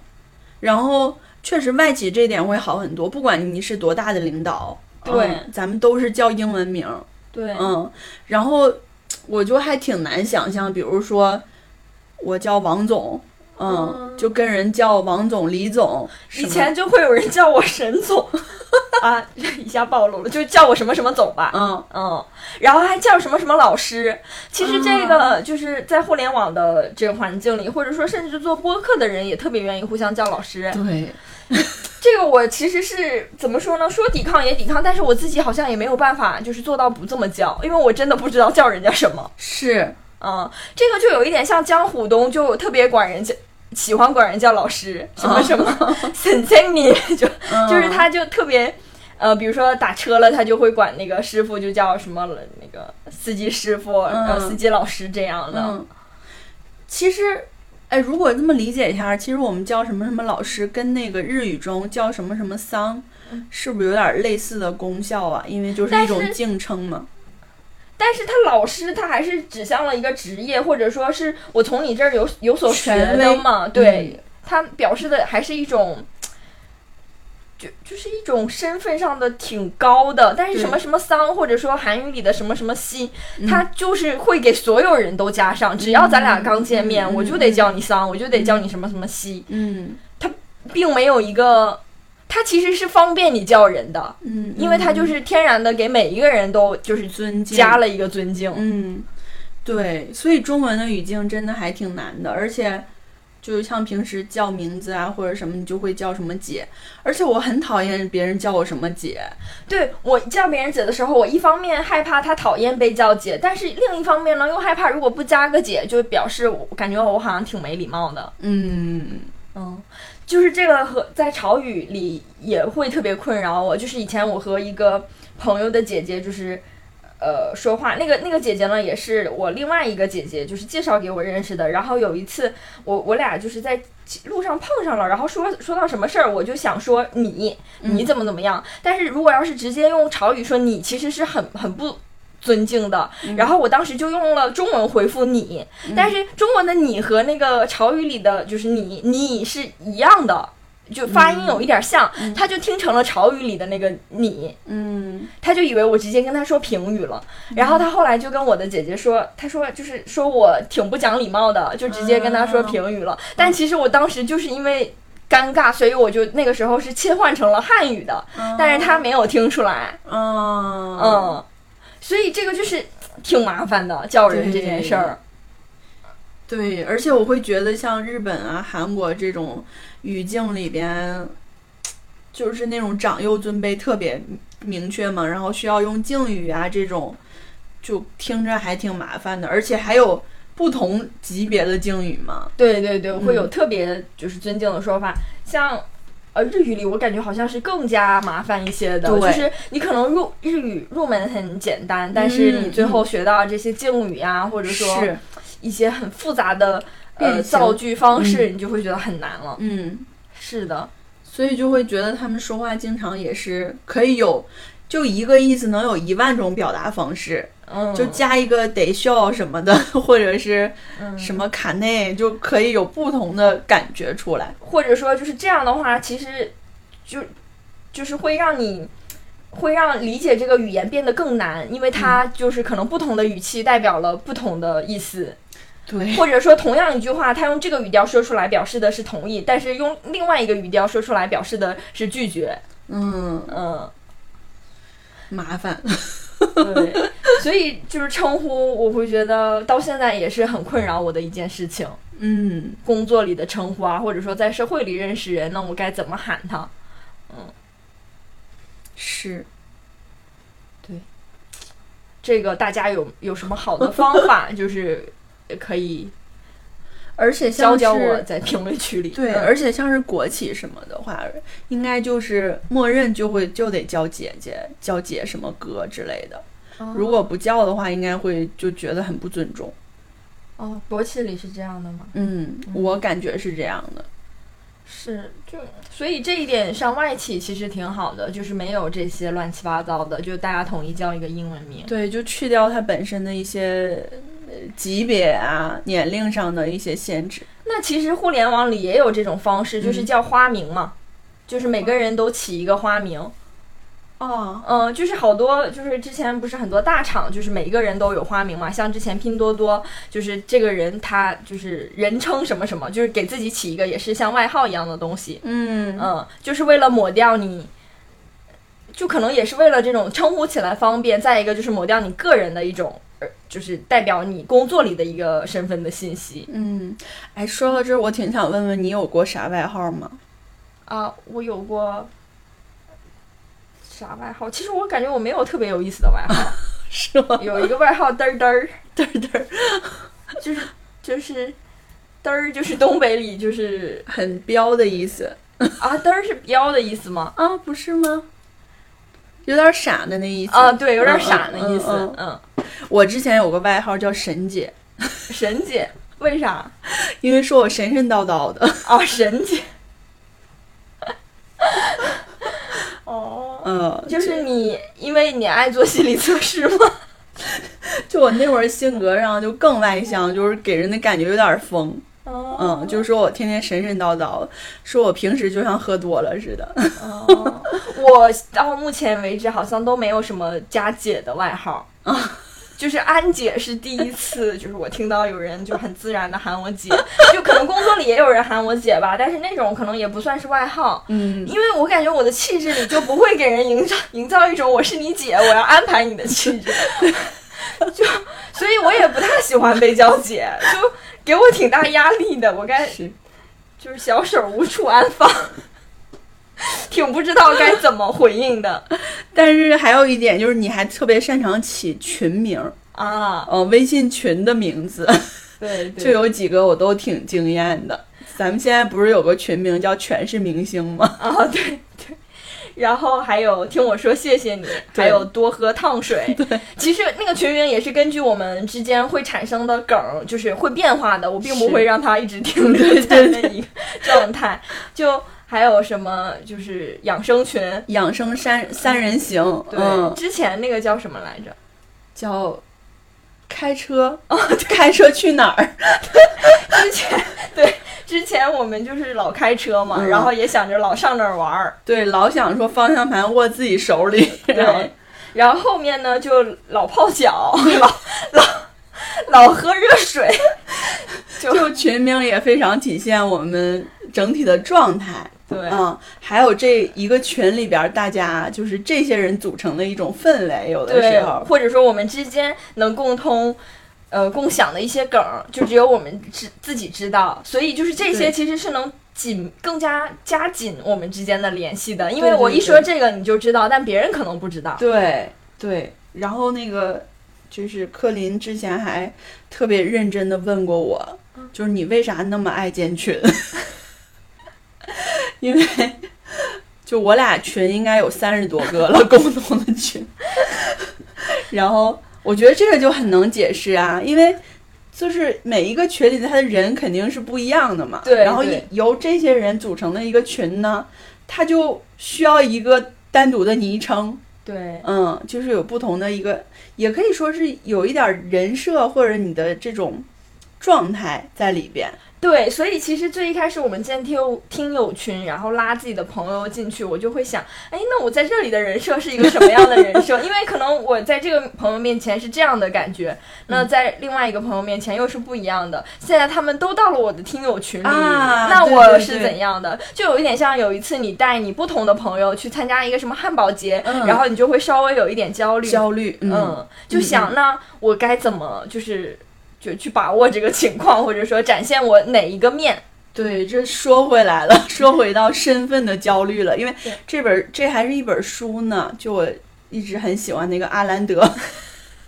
[SPEAKER 2] 然后确实外企这点会好很多，不管你是多大的领导，
[SPEAKER 3] 对
[SPEAKER 2] 嗯咱们都是叫英文名，
[SPEAKER 3] 对，
[SPEAKER 2] 嗯，然后我就还挺难想象，比如说我叫王总，嗯，
[SPEAKER 3] 嗯
[SPEAKER 2] 就跟人叫王总、李总，
[SPEAKER 3] 以
[SPEAKER 2] 什么
[SPEAKER 3] 前就会有人叫我
[SPEAKER 2] [laughs]
[SPEAKER 3] 沈总啊，一下暴露了，就叫我什么什么总吧。
[SPEAKER 2] 嗯
[SPEAKER 3] 嗯，然后还叫什么什么老师。其实这
[SPEAKER 2] 嗯
[SPEAKER 3] 个就是在互联网的这个环境里，或者说甚至做播客的人也特别愿意互相叫老师。
[SPEAKER 2] 对，
[SPEAKER 3] 这个我其实是怎么说呢？说抵抗也抵抗，但是我自己好像也没有办法，就是做到不这么叫，因为我真的不知道叫人家什么。
[SPEAKER 2] 是，
[SPEAKER 3] 嗯，这个就有一点像江虎东，就特别管人家。喜欢管人叫老师，什么
[SPEAKER 2] [laughs]
[SPEAKER 3] 什么沈经理，就
[SPEAKER 2] 嗯
[SPEAKER 3] 就是他就特别，呃，比如说打车了，他就会管那个师傅就叫什么了那个司机师傅，然后司机老师这样的。
[SPEAKER 2] 嗯，其实。哎，如果这么理解一下，其实我们叫什么什么老师，跟那个日语中叫什么什么桑，是不是有点类似的功效啊？因为就是
[SPEAKER 3] 但
[SPEAKER 2] 一种
[SPEAKER 3] 是
[SPEAKER 2] 敬称嘛。
[SPEAKER 3] 但是他老师他还是指向了一个职业，或者说是我从你这儿有有所学
[SPEAKER 2] 权
[SPEAKER 3] 的
[SPEAKER 2] 威嗯
[SPEAKER 3] 嘛，对、他表示的还是一种。就就是一种身份上的挺高的，但是
[SPEAKER 2] 对嗯
[SPEAKER 3] 什么什么桑，或者说韩语里的什么什么西，他就是会给所有人都加上，只要咱俩刚见面，我就得叫你桑，我就得叫你什么什么西，
[SPEAKER 2] 嗯
[SPEAKER 3] 并没有一个，他其实是方便你叫人的，
[SPEAKER 2] 嗯，
[SPEAKER 3] 因为他就是天然的给每一个人都就是
[SPEAKER 2] 尊敬
[SPEAKER 3] 加了一个尊敬，
[SPEAKER 2] 嗯，对，所以中文的语境真的还挺难的，而且就是像平时叫名字啊或者什么，你就会叫什么姐，而且我很讨厌别人叫我什么姐，
[SPEAKER 3] 对我叫别人姐的时候，我一方面害怕她讨厌被叫姐，但是另一方面呢，又害怕如果不加个姐，就表示我感觉我好像挺没礼貌的。
[SPEAKER 2] 嗯
[SPEAKER 3] 嗯，就是这个和在潮语里也会特别困扰我。就是以前我和一个朋友的姐姐，就是呃说话，那个那个姐姐呢，也是我另外一个姐姐，就是介绍给我认识的。然后有一次我我俩就是在路上碰上了，然后说说到什么事儿，我就想说你你怎么怎么样。但是如果要是直接用潮语说你，其实是很很不。尊敬的，然后我当时就用了中文回复你，但是中文的你和那个潮语里的就是你你是一样的，就发音有一点像，他就听成了潮语里的那个你，
[SPEAKER 2] 嗯
[SPEAKER 3] 他就以为我直接跟他说平语了。然后他后来就跟我的姐姐说，他说就是说我挺不讲礼貌的，就直接跟他说平语了。但其实我当时就是因为。尴尬，所以我就那个时候是切换成了汉语的，但是他没有听出来，
[SPEAKER 2] 嗯，
[SPEAKER 3] 嗯，所以这个就是挺麻烦的，叫人这件事儿。
[SPEAKER 2] 对，而且我会觉得像日本啊、韩国这种语境里边，就是那种长幼尊卑特别明确嘛，然后需要用敬语啊这种，就听着还挺麻烦的，而且还有不同级别的敬语嘛。
[SPEAKER 3] 对对对，会有
[SPEAKER 2] 嗯
[SPEAKER 3] 特别就是尊敬的说法，像。呃，日语里我感觉好像是更加麻烦一些的，
[SPEAKER 2] 对
[SPEAKER 3] 就是你可能入日语入门很简单，但是你最后学到这些敬语啊，或者说
[SPEAKER 2] 嗯是，
[SPEAKER 3] 一些很复杂的呃
[SPEAKER 2] 变形
[SPEAKER 3] 造句方式，你就会觉得很难了。
[SPEAKER 2] 嗯，
[SPEAKER 3] 是的，
[SPEAKER 2] 所以就会觉得他们说话经常也是可以有，就一个意思能有一万种表达方式。
[SPEAKER 3] 嗯，
[SPEAKER 2] 就加一个得笑什么的， [laughs] 或者是
[SPEAKER 3] 嗯
[SPEAKER 2] 什么卡内，就可以有不同的感觉出来。
[SPEAKER 3] 或者说就是这样的话，其实就就是会让你。会让理解这个语言变得更难，因为它
[SPEAKER 2] 嗯
[SPEAKER 3] 就是可能不同的语气代表了不同的意思，
[SPEAKER 2] 对，
[SPEAKER 3] 或者说同样一句话，他用这个语调说出来表示的是同意，但是用另外一个语调说出来表示的是拒绝。
[SPEAKER 2] 嗯，
[SPEAKER 3] 嗯，
[SPEAKER 2] 麻烦，
[SPEAKER 3] 对，所以就是称呼，我会觉得到现在也是很困扰我的一件事情。
[SPEAKER 2] 嗯，
[SPEAKER 3] 工作里的称呼啊，或者说在社会里认识人，那我该怎么喊他？
[SPEAKER 2] 是，
[SPEAKER 3] 这个大家有有什么好的方法？ [laughs] 就是可以
[SPEAKER 2] 而且
[SPEAKER 3] 教
[SPEAKER 2] 像
[SPEAKER 3] 教我
[SPEAKER 2] 是
[SPEAKER 3] 在评论区里。
[SPEAKER 2] 对，
[SPEAKER 3] 嗯
[SPEAKER 2] 而且像是国企什么的话，应该就是默认就会就得叫姐姐、叫姐什么哥之类的。如果不叫的话，应该会就觉得很不尊重。
[SPEAKER 3] 哦，国企里是这样的吗？
[SPEAKER 2] 嗯，我感觉是这样的。
[SPEAKER 3] 嗯是，就所以这一点上，外企其实挺好的，就是没有这些乱七八糟的，就大家统一叫一个英文名。
[SPEAKER 2] 对，就去掉它本身的一些呃级别啊、年龄上的一些限制。
[SPEAKER 3] 那其实互联网里也有这种方式，就是叫花名嘛，就是每个人都起一个花名。
[SPEAKER 2] 哦，
[SPEAKER 3] 嗯、就是好多，就是之前不是很多大厂，就是每一个人都有花名嘛。像之前拼多多，就是这个人他就是人称什么什么，就是给自己起一个也是像外号一样的东西。
[SPEAKER 2] 嗯
[SPEAKER 3] 嗯、就是为了抹掉你，就可能也是为了这种称呼起来方便。再一个就是抹掉你个人的一种，呃就是代表你工作里的一个身份的信息。
[SPEAKER 2] 嗯，哎，说到这儿，我挺想问问你有过啥外号吗？ [laughs]
[SPEAKER 3] 啊，我有过啥外号？其实我感觉我没有特别有意思的外 [laughs] 号，
[SPEAKER 2] 是吗？
[SPEAKER 3] 有一个外号嘚儿嘚儿，
[SPEAKER 2] 嘚儿嘚儿，
[SPEAKER 3] 就是就是嘚儿，就是东北里就是
[SPEAKER 2] 很彪的意思
[SPEAKER 3] 啊嘚儿是彪的意思吗？
[SPEAKER 2] 啊，不是吗？有点傻的那意思
[SPEAKER 3] 啊，对，有点
[SPEAKER 2] 嗯
[SPEAKER 3] 傻的
[SPEAKER 2] 嗯
[SPEAKER 3] 意思。
[SPEAKER 2] 嗯
[SPEAKER 3] 嗯，
[SPEAKER 2] 我之前有个外号叫神姐，
[SPEAKER 3] 神姐，为啥？
[SPEAKER 2] 因为说我神神叨叨的。 [laughs]
[SPEAKER 3] 哦，神姐。 [laughs] 哦，
[SPEAKER 2] 嗯，
[SPEAKER 3] 就是你，因为你爱做心理测试吗？
[SPEAKER 2] 就我那会儿性格上就更外向，就是给人的感觉有点疯。
[SPEAKER 3] 哦
[SPEAKER 2] 嗯，就是说我天天神神叨叨，说我平时就像喝多了似的。
[SPEAKER 3] 哦， [laughs] 我到目前为止好像都没有什么加姐的外号
[SPEAKER 2] 嗯
[SPEAKER 3] 啊。 [laughs] 就是安姐是第一次，就是我听到有人就很自然的喊我姐，就可能工作里也有人喊我姐吧，但是那种可能也不算是外号，
[SPEAKER 2] [laughs] 嗯，
[SPEAKER 3] 因为我感觉我的气质里就不会给人营造营造一种我是你姐，我要安排你的气质， [laughs] 就所以我也不太喜欢被叫姐，就给我挺大压力的，我该
[SPEAKER 2] 是，
[SPEAKER 3] 就是小手无处安放， [laughs] 挺不知道该怎么回应的
[SPEAKER 2] 但是还有一点就是你还特别擅长起群名，
[SPEAKER 3] 啊。
[SPEAKER 2] 嗯、微信群的名 [laughs] 字
[SPEAKER 3] 对对，
[SPEAKER 2] 就有几个我都挺惊艳的。咱们现在不是有个群名叫“全是明星”吗？
[SPEAKER 3] 啊， [laughs] 对对。然后还有听我说谢谢你，
[SPEAKER 2] 对
[SPEAKER 3] 还有多喝烫水。对，其实那个群名也是根据我们之间会产生的梗，就是会变化的。我并不
[SPEAKER 2] 是
[SPEAKER 3] 会让它一直停留在那一个状态。就还有什么就是养生群，
[SPEAKER 2] 养生 [laughs] 三三人行，
[SPEAKER 3] 对，
[SPEAKER 2] 嗯，
[SPEAKER 3] 之前那个叫什么来着？
[SPEAKER 2] 叫开 [laughs] 车，哦开车去哪儿？
[SPEAKER 3] 之前对，之前我们就是老开车嘛，
[SPEAKER 2] 嗯
[SPEAKER 3] 然后也想着老上那儿玩儿，
[SPEAKER 2] [laughs] 对，老想说方向盘握自己手 [laughs] 里，然后
[SPEAKER 3] 对。 [laughs] 然后后面呢，就老泡脚， [laughs] 老老老喝热水，
[SPEAKER 2] 嗯
[SPEAKER 3] 就
[SPEAKER 2] 就群名也非常体现我们整体的状态。
[SPEAKER 3] 对
[SPEAKER 2] 嗯，还有这一个群里边，大家就是这些人组成的一种氛围，有的
[SPEAKER 3] 对
[SPEAKER 2] 时，候，
[SPEAKER 3] 或者说我们之间能共通。呃，共享的一些梗儿，就只有我们知自己知道，所以就是这些
[SPEAKER 2] 对
[SPEAKER 3] 其实是能紧更加加紧我们之间的联系的，因
[SPEAKER 2] 对
[SPEAKER 3] 为
[SPEAKER 2] 对
[SPEAKER 3] 我一
[SPEAKER 2] 对
[SPEAKER 3] 说这个你就知道，但别人可能不知道。
[SPEAKER 2] 对对。然后那个就是柯林之前还特别认真的问过我，
[SPEAKER 3] 嗯
[SPEAKER 2] 就是你为啥那么爱建群？ [laughs] 因为就我俩群应该有三十多个了， [laughs] 共同的群。然后我觉得这个就很能解释啊，因为就是每一个群里的他的人肯定是不一样的嘛。
[SPEAKER 3] 对
[SPEAKER 2] 然后
[SPEAKER 3] 对
[SPEAKER 2] 由这些人组成的一个群呢，他就需要一个单独的昵称，
[SPEAKER 3] 对，
[SPEAKER 2] 嗯，就是有不同的一个，也可以说是有一点人设或者你的这种状态在里边。
[SPEAKER 3] 对，所以其实最一开始我们建听友听友群，然后拉自己的朋友进去，我就会想，哎，那我在这里的人设是一个什么样的人设？因为可能我在这个朋友面前是这样的感觉，那
[SPEAKER 2] 嗯
[SPEAKER 3] 在另外一个朋友面前又是不一样的。现在他们都到了我的听友群里，
[SPEAKER 2] 啊
[SPEAKER 3] 那
[SPEAKER 2] 对
[SPEAKER 3] 我
[SPEAKER 2] 对
[SPEAKER 3] 是
[SPEAKER 2] 对
[SPEAKER 3] 怎样的？就有一点像有一次你带你不同的朋友去参加一个什么汉堡节，
[SPEAKER 2] 嗯
[SPEAKER 3] 然后你就会稍微有一点焦虑，
[SPEAKER 2] 焦虑，嗯，
[SPEAKER 3] 嗯，就想那我该怎么就是就去把握这个情况，或者说展现我哪一个面？
[SPEAKER 2] 对，这说回来了， [laughs] 说回到身份的焦虑了，因为
[SPEAKER 3] 对
[SPEAKER 2] 这本这还是一本书呢，就我一直很喜欢那个阿兰德 [laughs]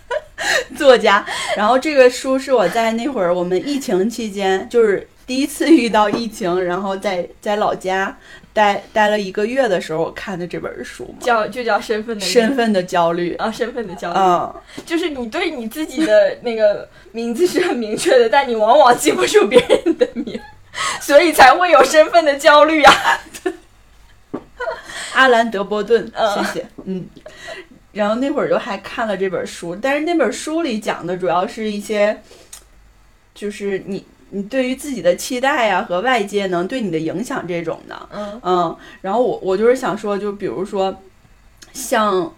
[SPEAKER 2] 作家，然后这个书是我在那会儿我们疫情期间，就是第一次遇到疫情，然后在在老家待待了一个月的时候看的这本书嘛，
[SPEAKER 3] 叫就叫身份的
[SPEAKER 2] 身份的焦虑，
[SPEAKER 3] 啊，身份的焦虑，
[SPEAKER 2] 嗯，
[SPEAKER 3] 就是你对你自己的那个名字是很明确的，但你往往记不住别人的名，所以才会有身份的焦虑啊。
[SPEAKER 2] 阿兰·德波顿，
[SPEAKER 3] 嗯
[SPEAKER 2] 谢谢，嗯。然后那会儿就还看了这本书，但是那本书里讲的主要是一些，就是你你对于自己的期待呀、和外界能对你的影响这种的，
[SPEAKER 3] 嗯
[SPEAKER 2] 嗯。然后我我就是想说，就比如说，像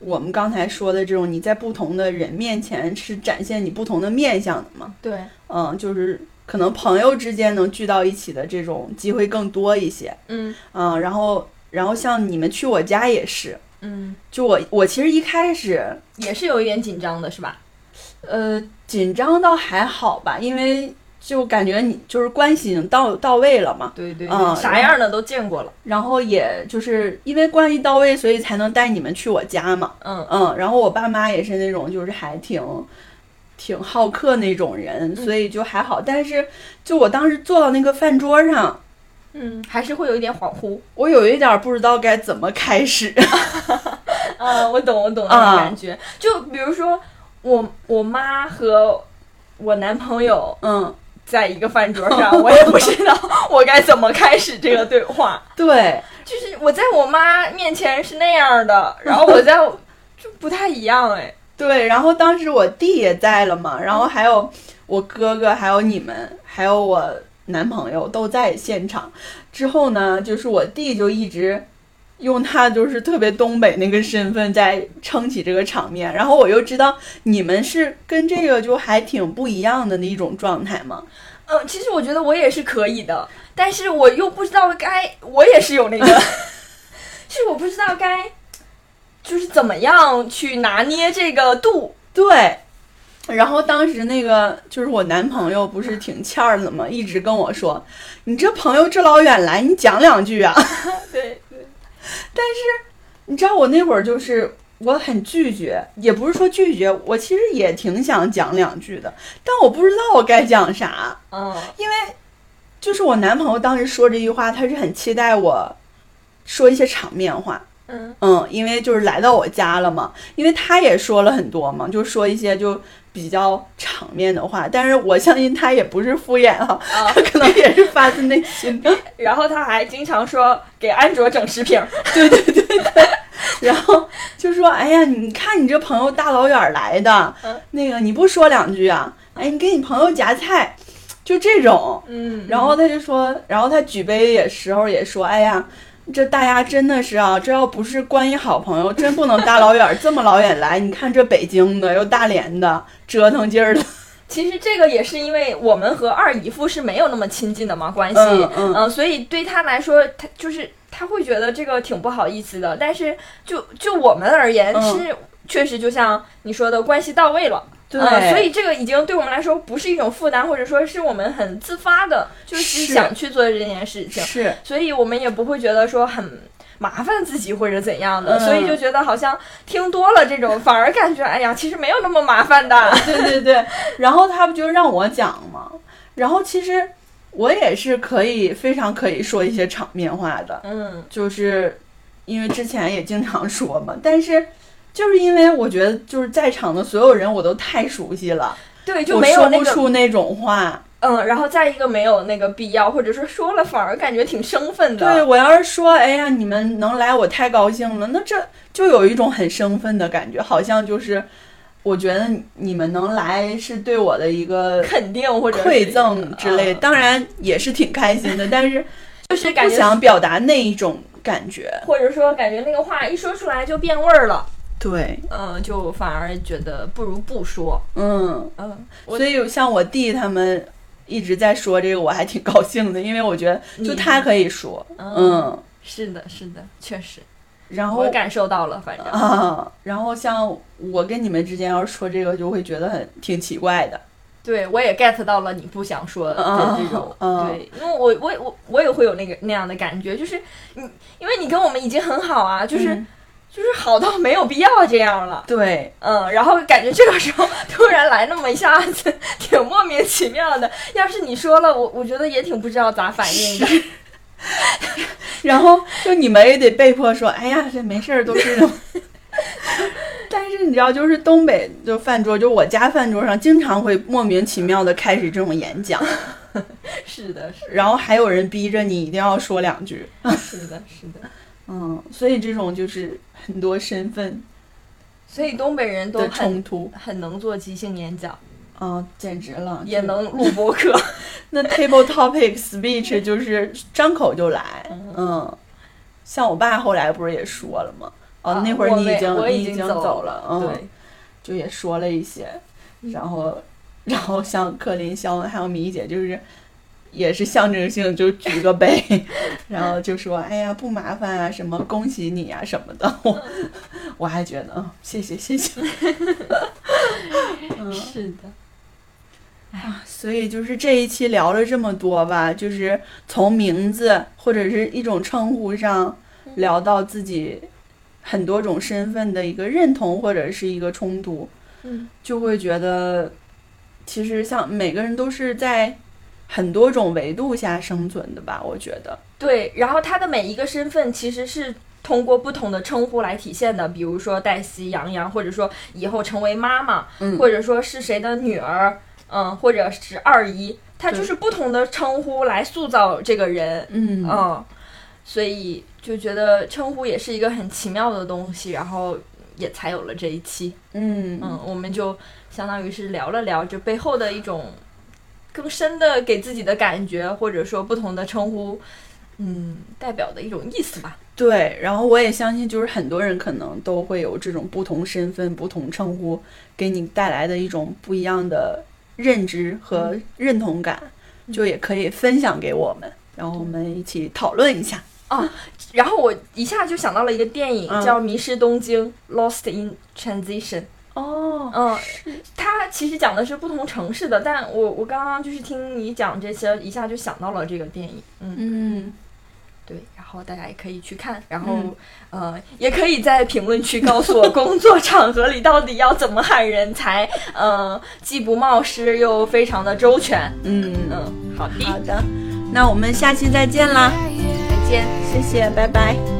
[SPEAKER 2] 我们刚才说的这种，你在不同的人面前是展现你不同的面相的嘛，
[SPEAKER 3] 对，
[SPEAKER 2] 嗯，就是可能朋友之间能聚到一起的这种机会更多一些，
[SPEAKER 3] 嗯
[SPEAKER 2] 嗯，然后然后像你们去我家也是，
[SPEAKER 3] 嗯，
[SPEAKER 2] 就我我其实一开始
[SPEAKER 3] 也是有一点紧张的，是吧？
[SPEAKER 2] 呃紧张倒还好吧，因为就感觉你就是关系已经到到位了嘛，
[SPEAKER 3] 对对
[SPEAKER 2] 嗯
[SPEAKER 3] 啥样的都见过了。
[SPEAKER 2] 然后也就是因为关系到位，所以才能带你们去我家嘛，
[SPEAKER 3] 嗯
[SPEAKER 2] 嗯，然后我爸妈也是那种就是还挺。挺好客那种人，所以就还好。但是，就我当时坐到那个饭桌上，
[SPEAKER 3] 嗯，还是会有一点恍惚。
[SPEAKER 2] 我有一点儿不知道该怎么开始。 [laughs]
[SPEAKER 3] 啊，我懂，我懂那种
[SPEAKER 2] 啊
[SPEAKER 3] 感觉。就比如说，我我妈和我男朋友
[SPEAKER 2] 嗯，
[SPEAKER 3] 在一个饭桌上， [laughs] 我也不知道我该怎么开始这个对话。
[SPEAKER 2] 对，
[SPEAKER 3] 就是我在我妈面前是那样的，然后我在就不太一样哎。
[SPEAKER 2] 对，然后当时我弟也在了嘛，然后还有我哥哥，还有你们，还有我男朋友都在现场。之后呢，就是我弟就一直用他就是特别东北那个身份在撑起这个场面，然后我又知道你们是跟这个就还挺不一样的那一种状态嘛。
[SPEAKER 3] 嗯，其实我觉得我也是可以的，但是我又不知道该，我也是有 [laughs] 那个，是我不知道该，就是怎么样去拿捏这个度。
[SPEAKER 2] 对。然后当时那个就是我男朋友不是挺欠儿的嘛，一直跟我说：“你这朋友这老远来，你讲两句啊。”
[SPEAKER 3] 对对，
[SPEAKER 2] 你知道我那会儿就是我很拒绝，也不是说拒绝，我其实也挺想讲两句的，但我不知道我该讲啥，
[SPEAKER 3] 嗯。
[SPEAKER 2] 因为就是我男朋友当时说这句话，他是很期待我说一些场面话。
[SPEAKER 3] 嗯
[SPEAKER 2] 嗯，因为就是来到我家了嘛，因为他也说了很多嘛，就说一些就比较场面的话，但是我相信他也不是敷衍啊，
[SPEAKER 3] 啊
[SPEAKER 2] 他可能也是发自内心的。
[SPEAKER 3] 然后他还经常说给安卓整十瓶儿，
[SPEAKER 2] 然后就说：“哎呀，你看你这朋友大老远儿来的，
[SPEAKER 3] 嗯
[SPEAKER 2] 那个你不说两句啊？哎，你给你朋友夹菜，就这种。
[SPEAKER 3] 嗯”
[SPEAKER 2] 然后他就说，然后他举杯也时候也说：“哎呀，这大家真的是啊，这要不是关系好朋友，真不能大老远儿这么老远来。你看这北京的，又大连的，折腾劲
[SPEAKER 3] [laughs]
[SPEAKER 2] 儿的。
[SPEAKER 3] 其实这个也是因为我们和二姨夫是没有那么亲近的嘛关系，
[SPEAKER 2] 嗯嗯
[SPEAKER 3] 呃所以对他来说，他就是他会觉得这个挺不好意思的。但是就就我们而言
[SPEAKER 2] 嗯
[SPEAKER 3] 是。确实，就像你说的，关系到位了，
[SPEAKER 2] 对
[SPEAKER 3] 呃所以这个已经对我们来说不是一种负担，或者说是我们很自发的，就是
[SPEAKER 2] 是
[SPEAKER 3] 想去做这件事情。
[SPEAKER 2] 是
[SPEAKER 3] 所以我们也不会觉得说很麻烦自己或者怎样的，
[SPEAKER 2] 嗯
[SPEAKER 3] 所以就觉得好像听多了这种，反而感觉哎呀，其实没有那么麻烦
[SPEAKER 2] [laughs]
[SPEAKER 3] 的。
[SPEAKER 2] 对对对。然后他不就让我讲嘛？然后其实我也是可以非常可以说一些场面话的。
[SPEAKER 3] 嗯
[SPEAKER 2] 就是因为之前也经常说嘛，但是就是因为我觉得就是在场的所有人我都太熟悉了，，
[SPEAKER 3] 对，就
[SPEAKER 2] 我
[SPEAKER 3] 没有
[SPEAKER 2] 说
[SPEAKER 3] 那
[SPEAKER 2] 不
[SPEAKER 3] 个
[SPEAKER 2] 出那种话。
[SPEAKER 3] 嗯，然后再一个没有那个必要，或者说说了反而感觉挺生分的。
[SPEAKER 2] 对我要是说，哎呀，你们能来，我太高兴了，那这就有一种很生分的感觉，好像就是。我觉得你们能来是对我的一个
[SPEAKER 3] 肯定或者是
[SPEAKER 2] 馈赠之类，
[SPEAKER 3] 嗯
[SPEAKER 2] 当然也是挺开心
[SPEAKER 3] [laughs]
[SPEAKER 2] 的，但是
[SPEAKER 3] 就是感
[SPEAKER 2] 不
[SPEAKER 3] 觉
[SPEAKER 2] 想表达那一种感觉。
[SPEAKER 3] 或者说感觉那个话一说出来就变味儿了，
[SPEAKER 2] 对，
[SPEAKER 3] 嗯，就反而觉得不如不说，
[SPEAKER 2] 嗯，
[SPEAKER 3] 嗯，我
[SPEAKER 2] 所以像我弟他们一直在说这个，我还挺高兴的，因为我觉得就
[SPEAKER 3] 你
[SPEAKER 2] 他可以说，
[SPEAKER 3] 嗯
[SPEAKER 2] 嗯，
[SPEAKER 3] 是的，是的，确实，
[SPEAKER 2] 然后
[SPEAKER 3] 我感受到了，反正，
[SPEAKER 2] 啊，然后像我跟你们之间要是说这个，就会觉得很挺奇怪的。
[SPEAKER 3] 对我也 get 到了你不想说的这种，
[SPEAKER 2] 嗯
[SPEAKER 3] 对，因为我我我我也会有那个那样的感觉，就是你，因为你跟我们已经很好啊，就是、
[SPEAKER 2] 嗯
[SPEAKER 3] 就是好到没有必要这样了。
[SPEAKER 2] 对，
[SPEAKER 3] 嗯，然后感觉这个时候突然来那么一下子，挺莫名其妙的。要是你说了，我我觉得也挺不知道咋反应的。
[SPEAKER 2] 然后就你们也得被迫说，哎呀，这没事儿，都是这种。 [laughs] 但是你知道，就是东北就饭桌，就我家饭桌上，经常会莫名其妙的开始这种演讲，
[SPEAKER 3] [laughs] 是的，是
[SPEAKER 2] 然后还有人逼着你一定要说两句。
[SPEAKER 3] 是的，是的。
[SPEAKER 2] 嗯，所以这种就是很多身份
[SPEAKER 3] 所以东北人都
[SPEAKER 2] 的
[SPEAKER 3] 很
[SPEAKER 2] 冲
[SPEAKER 3] 嗯
[SPEAKER 2] 突，
[SPEAKER 3] 很能做即兴演讲，
[SPEAKER 2] 啊，简直了，
[SPEAKER 3] 也能录播客。
[SPEAKER 2] 那 table topic speech 就是张口就来，
[SPEAKER 3] 嗯
[SPEAKER 2] 嗯，像我爸后来不是也说了吗？哦，那会儿
[SPEAKER 3] 啊我
[SPEAKER 2] 你已
[SPEAKER 3] 没
[SPEAKER 2] 经
[SPEAKER 3] 我
[SPEAKER 2] 你
[SPEAKER 3] 已
[SPEAKER 2] 已经
[SPEAKER 3] 走
[SPEAKER 2] 了，
[SPEAKER 3] 对
[SPEAKER 2] 嗯，，就也说了一些，然后然后像克林、肖恩还有米姐就是。也是象征性，就举个杯，然后就说：“哎呀，不麻烦啊，什么恭喜你啊，什么的。我” [laughs] 我还觉得，嗯，谢谢谢谢。嗯，
[SPEAKER 3] 是的，
[SPEAKER 2] [laughs] 所以就是这一期聊了这么多吧，就是从名字或者是一种称呼上聊到自己很多种身份的一个认同或者是一个冲突，
[SPEAKER 3] 嗯，
[SPEAKER 2] 就会觉得其实像每个人都是在很多种维度下生存的吧，我觉得。
[SPEAKER 3] 对。然后他的每一个身份其实是通过不同的称呼来体现的，比如说黛西、杨洋，或者说以后成为妈妈，
[SPEAKER 2] 嗯
[SPEAKER 3] 或者说是谁的女儿，嗯，或者是二姨，他就是不同的称呼来塑造这个人，
[SPEAKER 2] 嗯
[SPEAKER 3] 嗯，所以就觉得称呼也是一个很奇妙的东西，然后也才有了这一期。
[SPEAKER 2] 嗯
[SPEAKER 3] 嗯，我们就相当于是聊了聊这背后的一种更深的给自己的感觉，或者说不同的称呼，嗯，代表的一种意思吧。
[SPEAKER 2] 对，然后我也相信，就是很多人可能都会有这种不同身份、不同称呼给你带来的一种不一样的认知和认同感，就也可以分享给我们，然后我们一起讨论一下。
[SPEAKER 3] 然后我一下就想到了一个电影，
[SPEAKER 2] 嗯
[SPEAKER 3] 叫《迷失东京》（Lost in Transition）。
[SPEAKER 2] 哦，
[SPEAKER 3] 嗯，它其实讲的是不同城市的，但我我刚刚就是听你讲这些，一下就想到了这个电影。嗯，
[SPEAKER 2] 嗯，
[SPEAKER 3] 对，然后大家也可以去看，然后、
[SPEAKER 2] 嗯
[SPEAKER 3] 呃，也可以在评论区告诉我 [laughs] 工作场合里到底要怎么喊人才，呃，既不冒失又非常的周全。
[SPEAKER 2] 嗯
[SPEAKER 3] 嗯，好的，
[SPEAKER 2] 好的，那我们下期再见啦，
[SPEAKER 3] 再见。
[SPEAKER 2] 谢谢，拜拜。
[SPEAKER 5] 「